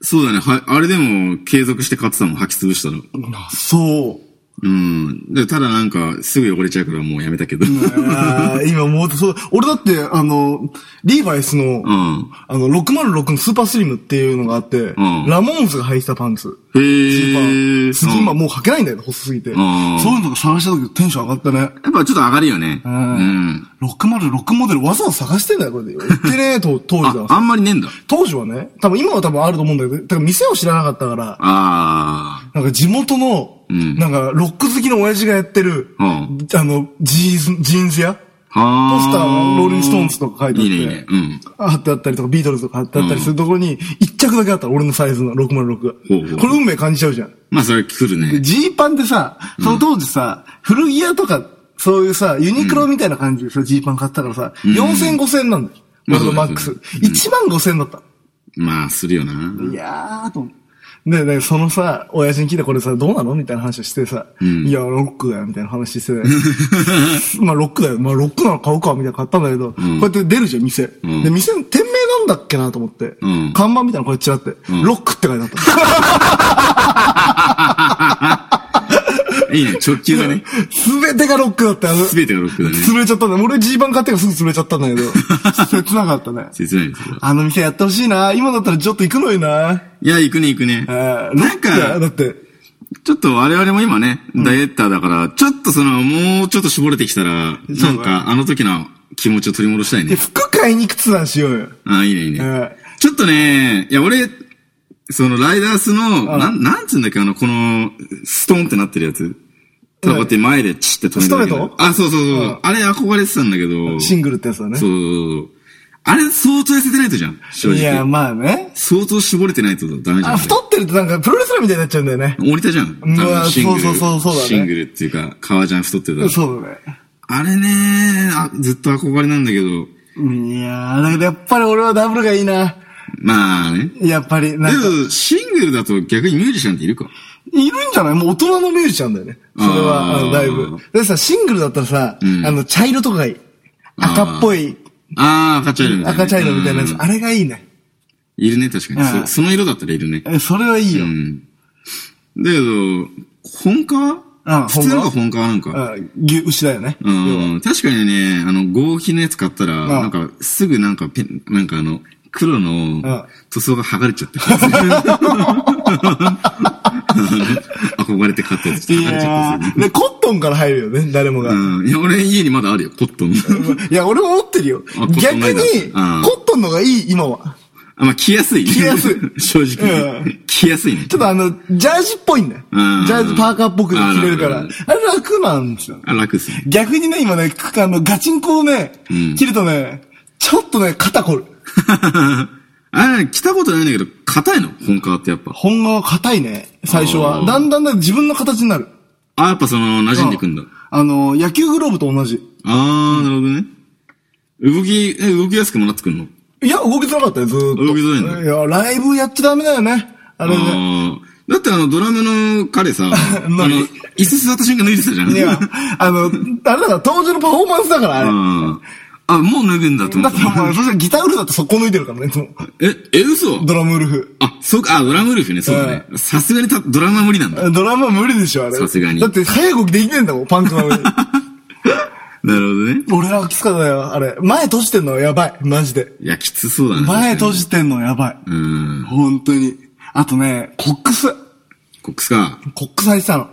Speaker 2: そうだね。は、あれでも継続して買ってたもん、履き潰したら。
Speaker 1: あそう。
Speaker 2: うん。でただなんか、すぐ汚れちゃうからもうやめたけど。
Speaker 1: あー今思うと、そう、俺だって、あの、リーバイスの、
Speaker 2: うん。
Speaker 1: あの、606のスーパースリムっていうのがあって、
Speaker 2: ん
Speaker 1: ラモーンズが履いてたパンツ。
Speaker 2: へ
Speaker 1: スーパ
Speaker 2: ー。
Speaker 1: ー。次今
Speaker 2: うん
Speaker 1: もう履けないんだよね、細すぎて。そう
Speaker 2: うん
Speaker 1: いうのが探した時テンション上がったね。
Speaker 2: やっぱちょっと上がるよね。うん。
Speaker 1: 606モデルわざわざ探してんだよ、これで。売ってねえと、当時
Speaker 2: あ
Speaker 1: は、。
Speaker 2: あんまりねえんだ。
Speaker 1: 当時はね、多分今は多分あると思うんだけど、多分店を知らなかったから、
Speaker 2: あ
Speaker 1: なんか地元の、
Speaker 2: ん
Speaker 1: なんかロック好きの親父がやってる、
Speaker 2: うん
Speaker 1: あの、ジーンズ、ジーンズ屋
Speaker 2: あ。は
Speaker 1: ポスターはローリングストーンズとか書いてあ
Speaker 2: い
Speaker 1: っ
Speaker 2: い
Speaker 1: て
Speaker 2: ね、いいね。うん。
Speaker 1: 貼ってあったりとか、ビートルズとか貼ってあったりするところに、一着だけあったの俺のサイズの606が。
Speaker 2: ほうほう
Speaker 1: これ運命感じちゃうじゃん。
Speaker 2: まあ、それ来る
Speaker 1: で
Speaker 2: ね。
Speaker 1: ジーパンってさ、その当時さ、古着屋とか、そういうさ、ユニクロみたいな感じでさ、ジーパン買ったからさ、4000、5000なんだよ。
Speaker 2: まあ
Speaker 1: 俺のマックス。
Speaker 2: そうだ
Speaker 1: 1万5000だった。
Speaker 2: まあ、するよな。
Speaker 1: いやーと思う。で、で、そのさ、親父に聞いたこれさ、どうなのみたいな話をしてさ、いや、ロックだよ、みたいな話して たよまあ、ロックだよ。まあ、ロックなら買うか、みたいな買ったんだけど、こうやって出るじゃん、店。
Speaker 2: ん
Speaker 1: で、店の店名なんだっけなと思って、
Speaker 2: うん
Speaker 1: 看板みたいなのこれちらって、ロックって書いてあった。
Speaker 2: いいね、直球 だね。
Speaker 1: すべてがロックだったよ。
Speaker 2: すべてがロックだね。
Speaker 1: 潰れちゃったんだよ。俺 G 版買ってからすぐ潰れちゃったんだけ ど、切なかったね。
Speaker 2: 切ないですよ。
Speaker 1: あの店やってほしいな。今だったらちょっと行くのにな。
Speaker 2: いや、行くね、行くね。
Speaker 1: えーロ
Speaker 2: な
Speaker 1: ッ
Speaker 2: ん
Speaker 1: クだよ、だ
Speaker 2: か、
Speaker 1: って。
Speaker 2: ちょっと我々も今ね、ダイエッターだから、ちょっとその、もうちょっと絞れてきたら、
Speaker 1: そ
Speaker 2: な
Speaker 1: うん
Speaker 2: か、あの時の気持ちを取り戻したい
Speaker 1: で
Speaker 2: ね。
Speaker 1: 服買いに行くツアーしようよ。
Speaker 2: あ、いいね、いい
Speaker 1: え
Speaker 2: ね。
Speaker 1: ー
Speaker 2: ちょっとね、いや、俺、その、ライダースの、なん、なんつうんだっけ、あの、この、ストーンってなってるやつ。ただこうやって前でチッて止めるだけ
Speaker 1: ストレー
Speaker 2: の
Speaker 1: ト
Speaker 2: あ、そうそうそう。あれ憧れてたんだけど。
Speaker 1: シングルってやつだね。
Speaker 2: そうそうそう。あれ相当痩せてないとじゃん、正
Speaker 1: いや、
Speaker 2: 直。
Speaker 1: まあね。
Speaker 2: 相当絞れてないとダメじゃ
Speaker 1: あ、
Speaker 2: ん。
Speaker 1: 太ってるとなんかプロレスラーみたいになっちゃうんだよね。
Speaker 2: 森田じゃん。
Speaker 1: うわ
Speaker 2: あのシングル
Speaker 1: そうそうそうそうだね
Speaker 2: シングルっていうか、革ジャン太ってた。
Speaker 1: そうだね。
Speaker 2: あれねあ、ずっと憧れなんだけど。
Speaker 1: いやー、だけどやっぱり俺はダブルがいいな。
Speaker 2: まあね。
Speaker 1: やっぱり、
Speaker 2: で
Speaker 1: なんか、
Speaker 2: も、シングルだと逆にミュージシャンっているか。
Speaker 1: いるんじゃないもう大人のミュージシャンだよね。それ
Speaker 2: あ
Speaker 1: は、
Speaker 2: ー
Speaker 1: あのだいぶ。でさ、シングルだったらさ、
Speaker 2: ん
Speaker 1: あの、茶色とかがいい。赤っぽい、
Speaker 2: ああ、赤茶色みたいなね。
Speaker 1: 赤茶色みたいなやつ
Speaker 2: う。ん
Speaker 1: あれがいいね。
Speaker 2: いるね、確か
Speaker 1: うん
Speaker 2: にそ。その色だったらいるね。
Speaker 1: え、それはいいうよ。
Speaker 2: ん。だけど、本革
Speaker 1: あ
Speaker 2: 普通のが本革なんか。
Speaker 1: あ牛牛だよね。
Speaker 2: うん、確かにね、あの、合皮のやつ買ったら、
Speaker 1: あ
Speaker 2: なんか、すぐなんかペン、なんかあの、黒の
Speaker 1: あ
Speaker 2: 塗装が剥がれちゃった気がする。 憧れて買ったやつ、 ちょっ
Speaker 1: い
Speaker 2: と剥がれちゃ
Speaker 1: や
Speaker 2: ったんですよ
Speaker 1: ー、で、コットンから入るよね、誰もが。
Speaker 2: うん。いや、俺家にまだあるよ、コットン。
Speaker 1: いや、俺も持ってるよ
Speaker 2: あコット。ン
Speaker 1: 逆
Speaker 2: ないな
Speaker 1: に、
Speaker 2: あー
Speaker 1: コットンのがいい、今は。
Speaker 2: あ、まあ、着やすい。
Speaker 1: 着やすい
Speaker 2: 正直
Speaker 1: う
Speaker 2: ね。着やすいね
Speaker 1: ち。ょっとあの、ジャージっぽいんだよ。ジ
Speaker 2: う
Speaker 1: ャ
Speaker 2: ん
Speaker 1: ージパーカーっぽく着れるから。
Speaker 2: う
Speaker 1: あ
Speaker 2: ん
Speaker 1: れ楽なんですよ。
Speaker 2: あ、楽っすね。
Speaker 1: 逆にね、今ね、くあの、ガチンコをね、
Speaker 2: ん
Speaker 1: 着るとね、ちょっとね、肩こる。
Speaker 2: あ、着たことないんだけど、硬いの本革ってやっぱ。
Speaker 1: 本が硬いね、最初
Speaker 2: あ
Speaker 1: は。
Speaker 2: ー
Speaker 1: だんだんだん自分の形になる。
Speaker 2: あ、やっぱその、馴染んでくんだ。
Speaker 1: あの、野球グローブと同じ。
Speaker 2: あー、なるほどね。動き、え動きやすくもなってくんの
Speaker 1: いや、動きづらかったよ、ずーっと。
Speaker 2: 動きづらいんだ
Speaker 1: いや、ライブやっちゃダメだよね。あれね。
Speaker 2: あーだってあの、ドラムの 彼さ、あの、椅子座った瞬間脱いでたじゃん。
Speaker 1: い や、あの、あれだから、当時のパフォーマンスだから、あれ。
Speaker 2: うんあ、もう脱ぐんだと思
Speaker 1: だ
Speaker 2: っ
Speaker 1: ってお前、そしたらギターウルフだってそこ抜いてるからね、いつも。
Speaker 2: た。え、え、嘘
Speaker 1: ドラムウルフ。
Speaker 2: あ、そうか、あ、ドラムウルフね、そうだね。さすがにたドラムは無理なん だ。
Speaker 1: ドラムは無理でしょ、あれ。
Speaker 2: さすがに
Speaker 1: だって、早い動きできねえんだもん、パンクなの に。
Speaker 2: なるほどね。
Speaker 1: 俺らはきつかったよ、あれ。前閉じてんのやばい、マジで。
Speaker 2: いや、きつそうだね。
Speaker 1: 前閉
Speaker 2: じ。
Speaker 1: じてんのやばい。
Speaker 2: うん。
Speaker 1: 本当に。あとね、コックス。
Speaker 2: コックスか。
Speaker 1: コックス入ってたの。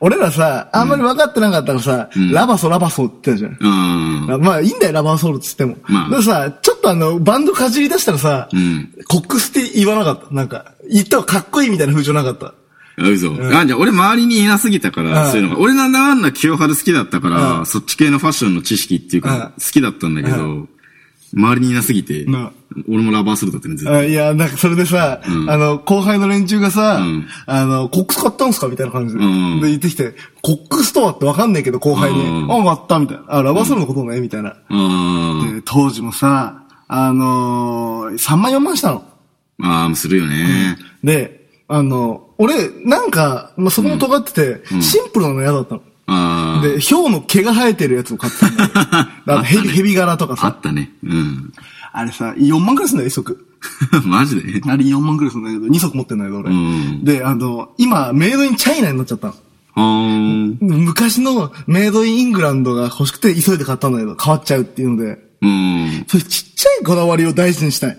Speaker 1: 俺らさ、あんまり分かってなかったらさ、ラバソラバソって言ってたじゃん。
Speaker 2: うん。
Speaker 1: まあいいんだよ、ラバーソウルっつっても。
Speaker 2: まあ
Speaker 1: でもさ、ちょっとあの、バンドかじり出したらさ、
Speaker 2: ん
Speaker 1: コックスって言わなかった。なんか、言ったらかっこいいみたいな風潮なかった。
Speaker 2: あ、嘘。あ、じゃあ俺周りにいなすぎたか
Speaker 1: う
Speaker 2: ら、
Speaker 1: ん
Speaker 2: そういうのが。俺なんだかんだ清春好きだったから、そっち系のファッションの知識っていうか、好きだったんだけど、周りにいなすぎて
Speaker 1: な、
Speaker 2: 俺もラバーするだったね、ずっと。
Speaker 1: あいや、なんかそれでさ、あの、後輩の連中がさ、
Speaker 2: ん
Speaker 1: あの、コックス買ったんすかみたいな感じで,、
Speaker 2: うん
Speaker 1: で言ってきて、コックスとはってわかんないけど、後輩に、
Speaker 2: うん
Speaker 1: あ、買ったみたいな。あ、ラバーソウルのことね、みたいな。
Speaker 2: あー
Speaker 1: で当時もさ、あのー、3万4万したの。
Speaker 2: あー、するよね。
Speaker 1: で、あの、俺、なんか、まあ、そこも尖ってて、シンプルなの嫌だったの。
Speaker 2: ああ。
Speaker 1: で、ヒョウの毛が生えてるやつを買ってたんだよ。 あのヘビ、ヘビ柄とか
Speaker 2: あ
Speaker 1: さ。
Speaker 2: ったね。うん。
Speaker 1: あれさ、4万くらいすんだよ、1足。
Speaker 2: マジで
Speaker 1: あれ4万くらいすんだけど、2足持ってんだけど、俺。
Speaker 2: うん
Speaker 1: で、あの、今、メイドインチャイナになっちゃったの。
Speaker 2: ああー
Speaker 1: 昔のメイドインイングランドが欲しくて急いで買ったんだけど、変わっちゃうっていうので、
Speaker 2: うん。
Speaker 1: そういうちっちゃいこだわりを大事にしたい。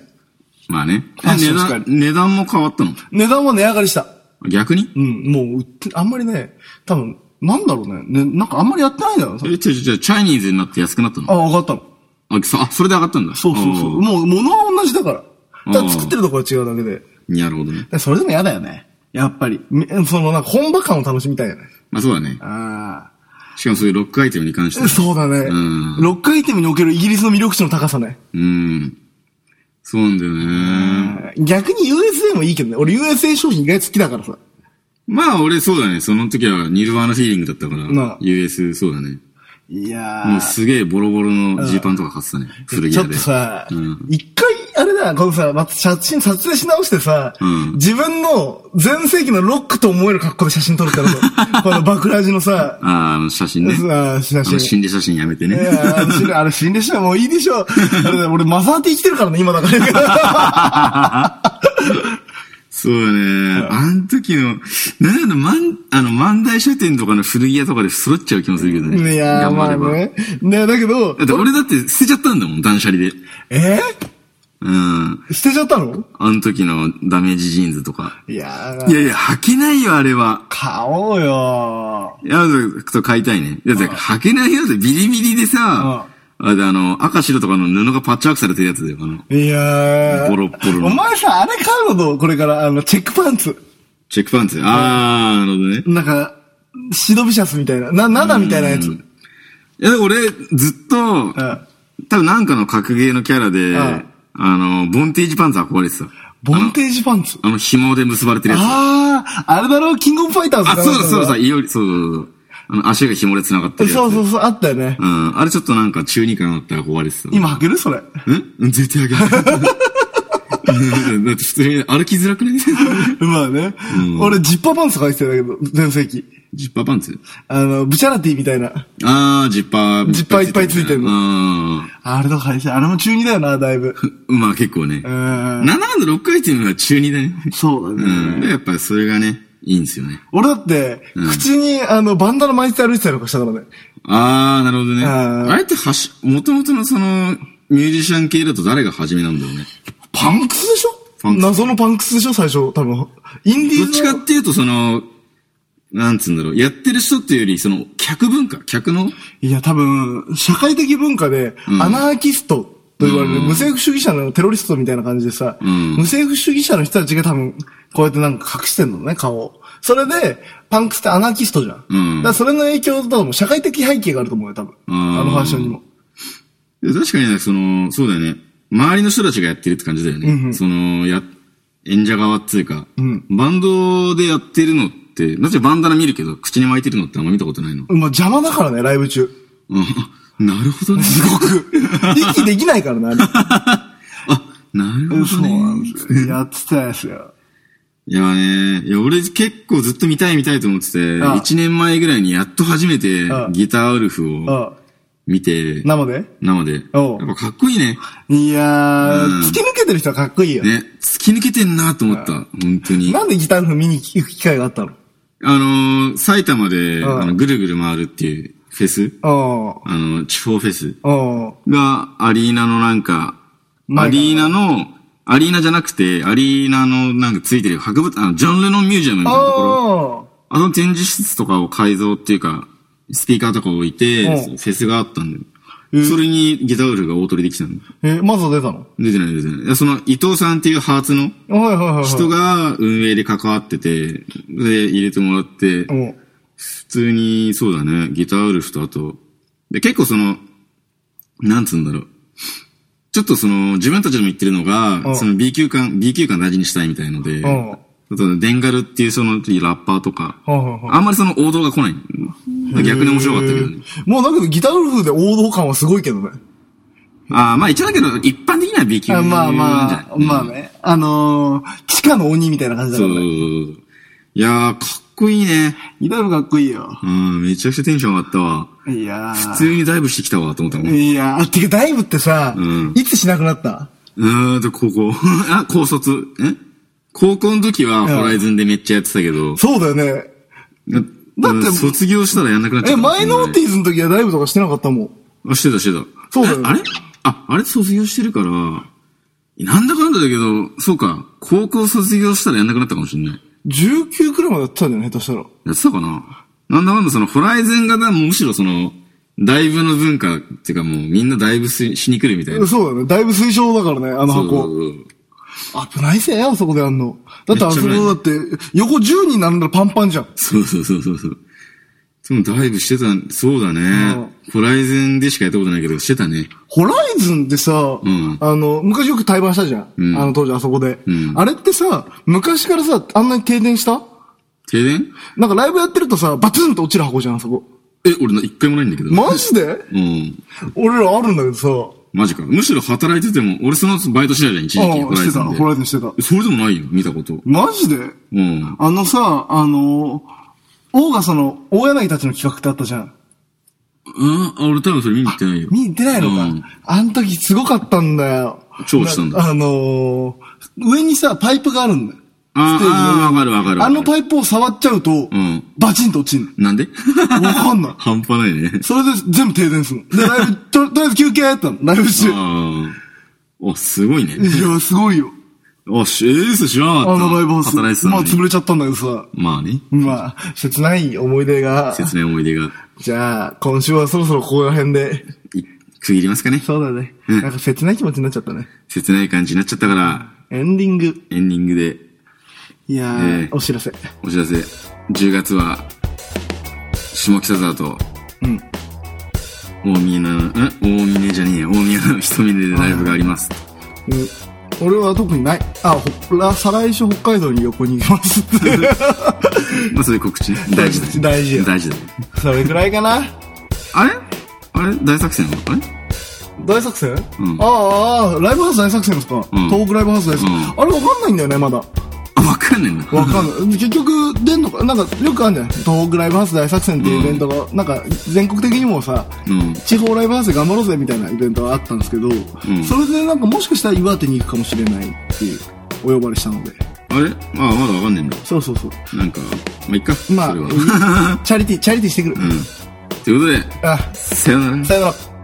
Speaker 2: まあね。
Speaker 1: ファッショ
Speaker 2: 値
Speaker 1: ンしか
Speaker 2: 段
Speaker 1: り、
Speaker 2: 値段も変わったの
Speaker 1: 値段も値上がりした。
Speaker 2: 逆に
Speaker 1: うん、もう売って、あんまりね、多分、なんだろうね。ね、なんかあんまりやってないんだよ。
Speaker 2: え、ちょちょちょ、チャイニーズになって安くなったの
Speaker 1: あ、上がったの。
Speaker 2: あ、そあそれで上がったんだ。
Speaker 1: そうそうそう。もう、物は同じだから。ただ作ってるところは違うだけで。
Speaker 2: う。なるほどね。
Speaker 1: でそれでも嫌だよね。やっぱり。みその、なんか本場感を楽しみたいよね。
Speaker 2: まあそうだね。
Speaker 1: あ
Speaker 2: しかもそういうロックアイテムに関して
Speaker 1: あ。
Speaker 2: は。
Speaker 1: そうだね。
Speaker 2: うん
Speaker 1: ロックアイテムにおけるイギリスの魅力値の高さね。
Speaker 2: うん。そうなんだよね。
Speaker 1: 逆に USA もいいけどね。俺 USA 商品意外と好きだからさ。
Speaker 2: まあ俺そうだね。その時はニルバーナフィーリングだったから。
Speaker 1: なあ
Speaker 2: US そうだね。
Speaker 1: いや
Speaker 2: もうすげえボロボロのジーパンとか買ってたね。古着
Speaker 1: ちょ
Speaker 2: 屋
Speaker 1: っ
Speaker 2: で。
Speaker 1: とさ
Speaker 2: うん、
Speaker 1: 一、回、あれだ、このさ、また写真撮影し直してさ、
Speaker 2: うん
Speaker 1: 自分の前世紀のロックと思える格好で写真撮るから さ、このバクラジのさ、
Speaker 2: あーあの写真
Speaker 1: あ
Speaker 2: ね。
Speaker 1: ー写真
Speaker 2: あの心理写真やめてね
Speaker 1: い。やあの死んであれ死んでしまうもういいでしょ。あれだ俺、マザーティ生きてるからね、今だから。
Speaker 2: そうだね。あの時の、なんだろう、まん、あの、万代書店とかの古着屋とかで揃っちゃう気もするけどね。
Speaker 1: いやー、
Speaker 2: 頑張
Speaker 1: まあ
Speaker 2: れば。
Speaker 1: ね。ね、だけど
Speaker 2: だ、って俺だって捨てちゃったんだもん、断捨離で。
Speaker 1: え
Speaker 2: うん。
Speaker 1: ー、捨てちゃったの
Speaker 2: あの時のダメージジーンズとか。
Speaker 1: いや
Speaker 2: い
Speaker 1: ー、
Speaker 2: やいや、履けないよ、あれは。
Speaker 1: 買おうよ
Speaker 2: いや、そう買いたいね。だって、履けないよってビリビリでさ、あであの、赤白とかの布がパッチワークされてるやつだよ、あの、
Speaker 1: いやー。
Speaker 2: ボロッボロの
Speaker 1: お前さ、あれ買うのどうこれから、あの、チェックパンツ。
Speaker 2: チェックパンツ。あー、なるほどね。
Speaker 1: なんか、シドビシャスみたいな、な、ナダみたいなやつ。うん。
Speaker 2: いや、俺、ずっと、多分なんかの格ゲーのキャラで、
Speaker 1: ん
Speaker 2: あの、ボンテージパンツ憧れてた。
Speaker 1: ボンテージパンツ。
Speaker 2: あの、紐で結ばれてるやつ。
Speaker 1: ああ、あれだろキングオブファイターズ
Speaker 2: あ、
Speaker 1: かな
Speaker 2: そうだ、そうだ、そうだ、いより、そうそうそうあの、足が紐で繋がってるやつ。
Speaker 1: そうそうそう、あったよね。
Speaker 2: うん、あれちょっとなんか中二感あって憧れてた。
Speaker 1: 今履けるそれ。
Speaker 2: うん絶対あげない。 だって普通に歩きづらくない
Speaker 1: まあね。俺、ジッパーパンツ履いてたんだけど、全盛期。
Speaker 2: ジッパーパンツ
Speaker 1: あの、ブチャラティみたいな。
Speaker 2: あー、ジッパー。
Speaker 1: ジッパーいっぱいついてる
Speaker 2: う
Speaker 1: の
Speaker 2: ん。
Speaker 1: あれとか履いてたあれも中二だよな、だいぶ。
Speaker 2: まあ結構ね。
Speaker 1: う。
Speaker 2: なんだかんだ6回っていうのは中2だね。
Speaker 1: そうだ
Speaker 2: う
Speaker 1: ね。
Speaker 2: ん。でやっぱりそれがね、いいんですよね。
Speaker 1: 俺だって、口に、あの、バンダナ巻いて歩いてたりとかしたからね。
Speaker 2: あー、なるほどね。
Speaker 1: あー
Speaker 2: あれってはし、元々のその、ミュージシャン系だと誰が初めなんだろうね。
Speaker 1: パンクスでし
Speaker 2: パン
Speaker 1: ょ
Speaker 2: クス
Speaker 1: 謎のパンクスでしょ最初、多分。インディ
Speaker 2: どっ
Speaker 1: ー
Speaker 2: ち
Speaker 1: ズ
Speaker 2: か
Speaker 1: の。
Speaker 2: っていうとその、なんつうんだろう、やってる人っていうより、その、客文化客の
Speaker 1: いや、多分、社会的文化で、アナーキストと言われる、無政府主義者のテロリストみたいな感じでさ、
Speaker 2: ん
Speaker 1: 無政府主義者の人たちが多分、こうやってなんか隠してんのね、顔を。それで、パンクスってアナーキストじゃん。
Speaker 2: うん
Speaker 1: だからそれの影響と多分、社会的背景があると思うよ、多分。
Speaker 2: ん
Speaker 1: あのファッションにも。
Speaker 2: いや確かにね、その、そうだよね。周りの人たちがやってるって感じだよね。その、や、演者側っていうか、バンドでやってるのって、なぜバンダナ見るけど、口に巻いてるのってあんま見たことないの。
Speaker 1: まあ、邪魔だからね、ライブ 中。
Speaker 2: うん あなるほどね。
Speaker 1: すごく。息できないからな、あ
Speaker 2: あ、なるほ
Speaker 1: れ。
Speaker 2: ど
Speaker 1: そうなん
Speaker 2: ね。
Speaker 1: ですよ。やってたですよ。
Speaker 2: いやね、いや俺結構ずっと見たい見たいと思ってて、
Speaker 1: ああ
Speaker 2: 一年前ぐらいにやっと初めて
Speaker 1: ああ
Speaker 2: ギターウルフを
Speaker 1: あ
Speaker 2: 見て、
Speaker 1: 生で
Speaker 2: 生で。やっ
Speaker 1: おう
Speaker 2: ぱかっこいいね。
Speaker 1: いやー、
Speaker 2: うん
Speaker 1: 突き抜けてる人はかっこいいよ。
Speaker 2: ね、突き抜けてんなと思った。本当に。
Speaker 1: なんでギターの見に行く機会があったの
Speaker 2: あのー埼玉で、
Speaker 1: ん
Speaker 2: あのぐるぐる回るっていうフェス、
Speaker 1: あ
Speaker 2: あの地方フェス
Speaker 1: あ、ああ、
Speaker 2: が、アリーナのなんか、
Speaker 1: な
Speaker 2: ア
Speaker 1: んか
Speaker 2: リーナの、アリーナじゃなくて、アリーナのなんかついてる博物、あの、ジョン・レノンミュージアムみたいなところ、
Speaker 1: あ
Speaker 2: あの展示室とかを改造っていうか、スピーカーとか置いて、
Speaker 1: うん
Speaker 2: フェスがあったんだよ。
Speaker 1: え
Speaker 2: それにギターウルフが大取りできたんだよ。
Speaker 1: あ、え、まずは出たの
Speaker 2: 出てない出てないいや。その伊藤さんっていうハーツの
Speaker 1: はいはいはいはい。
Speaker 2: 人が運営で関わってて、で、入れてもらって、
Speaker 1: うん。
Speaker 2: 普通に、そうだね、ギターウルフとあと、で、結構その、なんつうんだろう。ちょっとその、自分たちでも言ってるの
Speaker 1: う
Speaker 2: が、
Speaker 1: ん
Speaker 2: その B 級感、B 級感大事にしたいみたいので、
Speaker 1: ん
Speaker 2: あとデンガルっていうその、ラッパーとか、
Speaker 1: はいはいはい
Speaker 2: あんまりその王道が来ない。逆に面白かったけど
Speaker 1: へ
Speaker 2: ね。
Speaker 1: えもうだけどギターウルフで王道感はすごいけどね。
Speaker 2: ああ、まあ一応だけど、一般的には B 級
Speaker 1: あ
Speaker 2: なんじ
Speaker 1: まあ
Speaker 2: ゃない
Speaker 1: まあ、まあね。あのー、地下の鬼みたいな感じだ
Speaker 2: そ
Speaker 1: か
Speaker 2: う
Speaker 1: らね。
Speaker 2: いやー、かっこいいね。
Speaker 1: ギターウルフかっこいいよ。
Speaker 2: うん、めちゃくちゃテンション上がったわ。
Speaker 1: いや
Speaker 2: 普
Speaker 1: ー。
Speaker 2: 通にダイブしてきたわ、と思ったもん。
Speaker 1: いやー、てかダイブってさ、
Speaker 2: うん
Speaker 1: いつしなくなった
Speaker 2: うーんと、高校。 あ、高卒。え高校の時はホライズンでめっちゃやってたけど、
Speaker 1: そうだよね。
Speaker 2: な
Speaker 1: だって
Speaker 2: うん卒業したらやんなくなっちゃ
Speaker 1: え、
Speaker 2: うかも
Speaker 1: マ
Speaker 2: しれ
Speaker 1: イ
Speaker 2: な
Speaker 1: ノ
Speaker 2: い。
Speaker 1: ーティーズの時はライブとかしてなかったもん。
Speaker 2: あ、してたしてた。
Speaker 1: そうだよね
Speaker 2: ああれあ、あれ卒業してるから、なんだかんだだけど、そうか、高校卒業したらやんなくなったかもしれない。
Speaker 1: 19くらいまでやってたんじゃない下手したら。
Speaker 2: やってたかななんだかんだその、ホライゼンがなむしろその、ダイブの文化っていうかもうみんなダイブししに来るみたいな。
Speaker 1: そうだよね。だいぶ推奨だからね、あの
Speaker 2: そう
Speaker 1: 箱。危ないぜ、あそこでやんの。だってあそこ
Speaker 2: めっちゃ
Speaker 1: だって、横10人並んだらパンパンじゃん。
Speaker 2: そうそうそうそうそう。そのダイブしてたん、そうだね。ホライゼンでしかやったことないけど、してたね。
Speaker 1: ホライズンってさ、
Speaker 2: ん
Speaker 1: あの、昔よく対バンしたじゃん。あの当時あそこで、あれってさ、昔からさ、あんなに停電した
Speaker 2: 停電
Speaker 1: なんかライブやってるとさ、バツンと落ちる箱じゃん、あそこ。
Speaker 2: え、俺な一回もないんだけど。
Speaker 1: マジで
Speaker 2: うん。
Speaker 1: 俺らあるんだけどさ、
Speaker 2: マジか。むしろ働いてても、俺その後バイトしてたじゃん、一時期。
Speaker 1: ああ、してた、
Speaker 2: ホライゼンで
Speaker 1: ホライズンしてた。
Speaker 2: それでもないよ、見たこと。
Speaker 1: マジで
Speaker 2: うん。
Speaker 1: あのさ、あの、オーガサの大柳たちの企画ってあったじゃん。
Speaker 2: うん、あ俺多分それ見に行ってないよ。
Speaker 1: 見に行ってないのか。
Speaker 2: うん
Speaker 1: あの時すごかったんだよ。
Speaker 2: 超落ちたんだ
Speaker 1: なあのー、上にさ、パイプがあるんだよ。
Speaker 2: あー
Speaker 1: ステージの上に
Speaker 2: あーわかるわかるわか
Speaker 1: あ
Speaker 2: る
Speaker 1: のパイプを触っちゃうと、
Speaker 2: ん
Speaker 1: バチンと落ちん
Speaker 2: なんで
Speaker 1: の。わかんない。
Speaker 2: 半端ないね。
Speaker 1: それで全部停電するの。で、ライ ブ、ととりあえず休憩やったの。ライブ中。
Speaker 2: ああ。あ、すご い
Speaker 1: い
Speaker 2: ね。
Speaker 1: や、すごいよ。
Speaker 2: あ、しえー、知らなか
Speaker 1: あ
Speaker 2: った。
Speaker 1: のライブハウス。
Speaker 2: 働いてた
Speaker 1: ま
Speaker 2: の
Speaker 1: あ、
Speaker 2: に。
Speaker 1: 潰れちゃったんだけどさ。
Speaker 2: まあね。
Speaker 1: まあ、切ない思い出が。
Speaker 2: 切ない思い出が。
Speaker 1: じゃあ、今週はそろそろここら辺で。
Speaker 2: い区切りますかね。
Speaker 1: そうだね。
Speaker 2: うん
Speaker 1: なんか切ない気持ちになっちゃったね。
Speaker 2: 切ない感じになっちゃったから、
Speaker 1: エンディング。
Speaker 2: エンディングで
Speaker 1: いやー、
Speaker 2: ええ
Speaker 1: お知らせ。
Speaker 2: お知らせ。10月は、下北沢と、
Speaker 1: うん。
Speaker 2: 大峰の、ん大峰じゃねえや、大宮の人峰でライブがあります。
Speaker 1: うん俺は特にない。あ、ほら、再来週北海道に横に行きますって。
Speaker 2: まあそういう告知ね。大事だね。
Speaker 1: 大事よ
Speaker 2: 大事だね。
Speaker 1: それぐらいかな。
Speaker 2: あれあれ大作戦はあれ
Speaker 1: 大作戦、
Speaker 2: うん
Speaker 1: ああああ、ライブハウス大作戦ですか、
Speaker 2: ん
Speaker 1: 東北ライブハウス大作戦。
Speaker 2: うん
Speaker 1: あれわかんないんだよね、まだ。わ
Speaker 2: あ、わかんないんだ。
Speaker 1: かん ない。結局、出んのか、なんかよくあるんじゃない東北ライブハウス大作戦っていうイベントが、なんか全国的にもさ、
Speaker 2: うん。
Speaker 1: 地方ライブハウスで頑張ろうぜみたいなイベントがあったんですけど、それでなんかもしかしたら岩手に行くかもしれないっていうお呼ばれしたので。
Speaker 2: あれあ、まだわかんないんだ。
Speaker 1: そうそうそう。
Speaker 2: なんか、まあ、いっか。
Speaker 1: ま
Speaker 2: それは。
Speaker 1: あ、チャリティー、チャリティーしてくる。
Speaker 2: ということで、
Speaker 1: あ、
Speaker 2: さよなら。
Speaker 1: さよなら。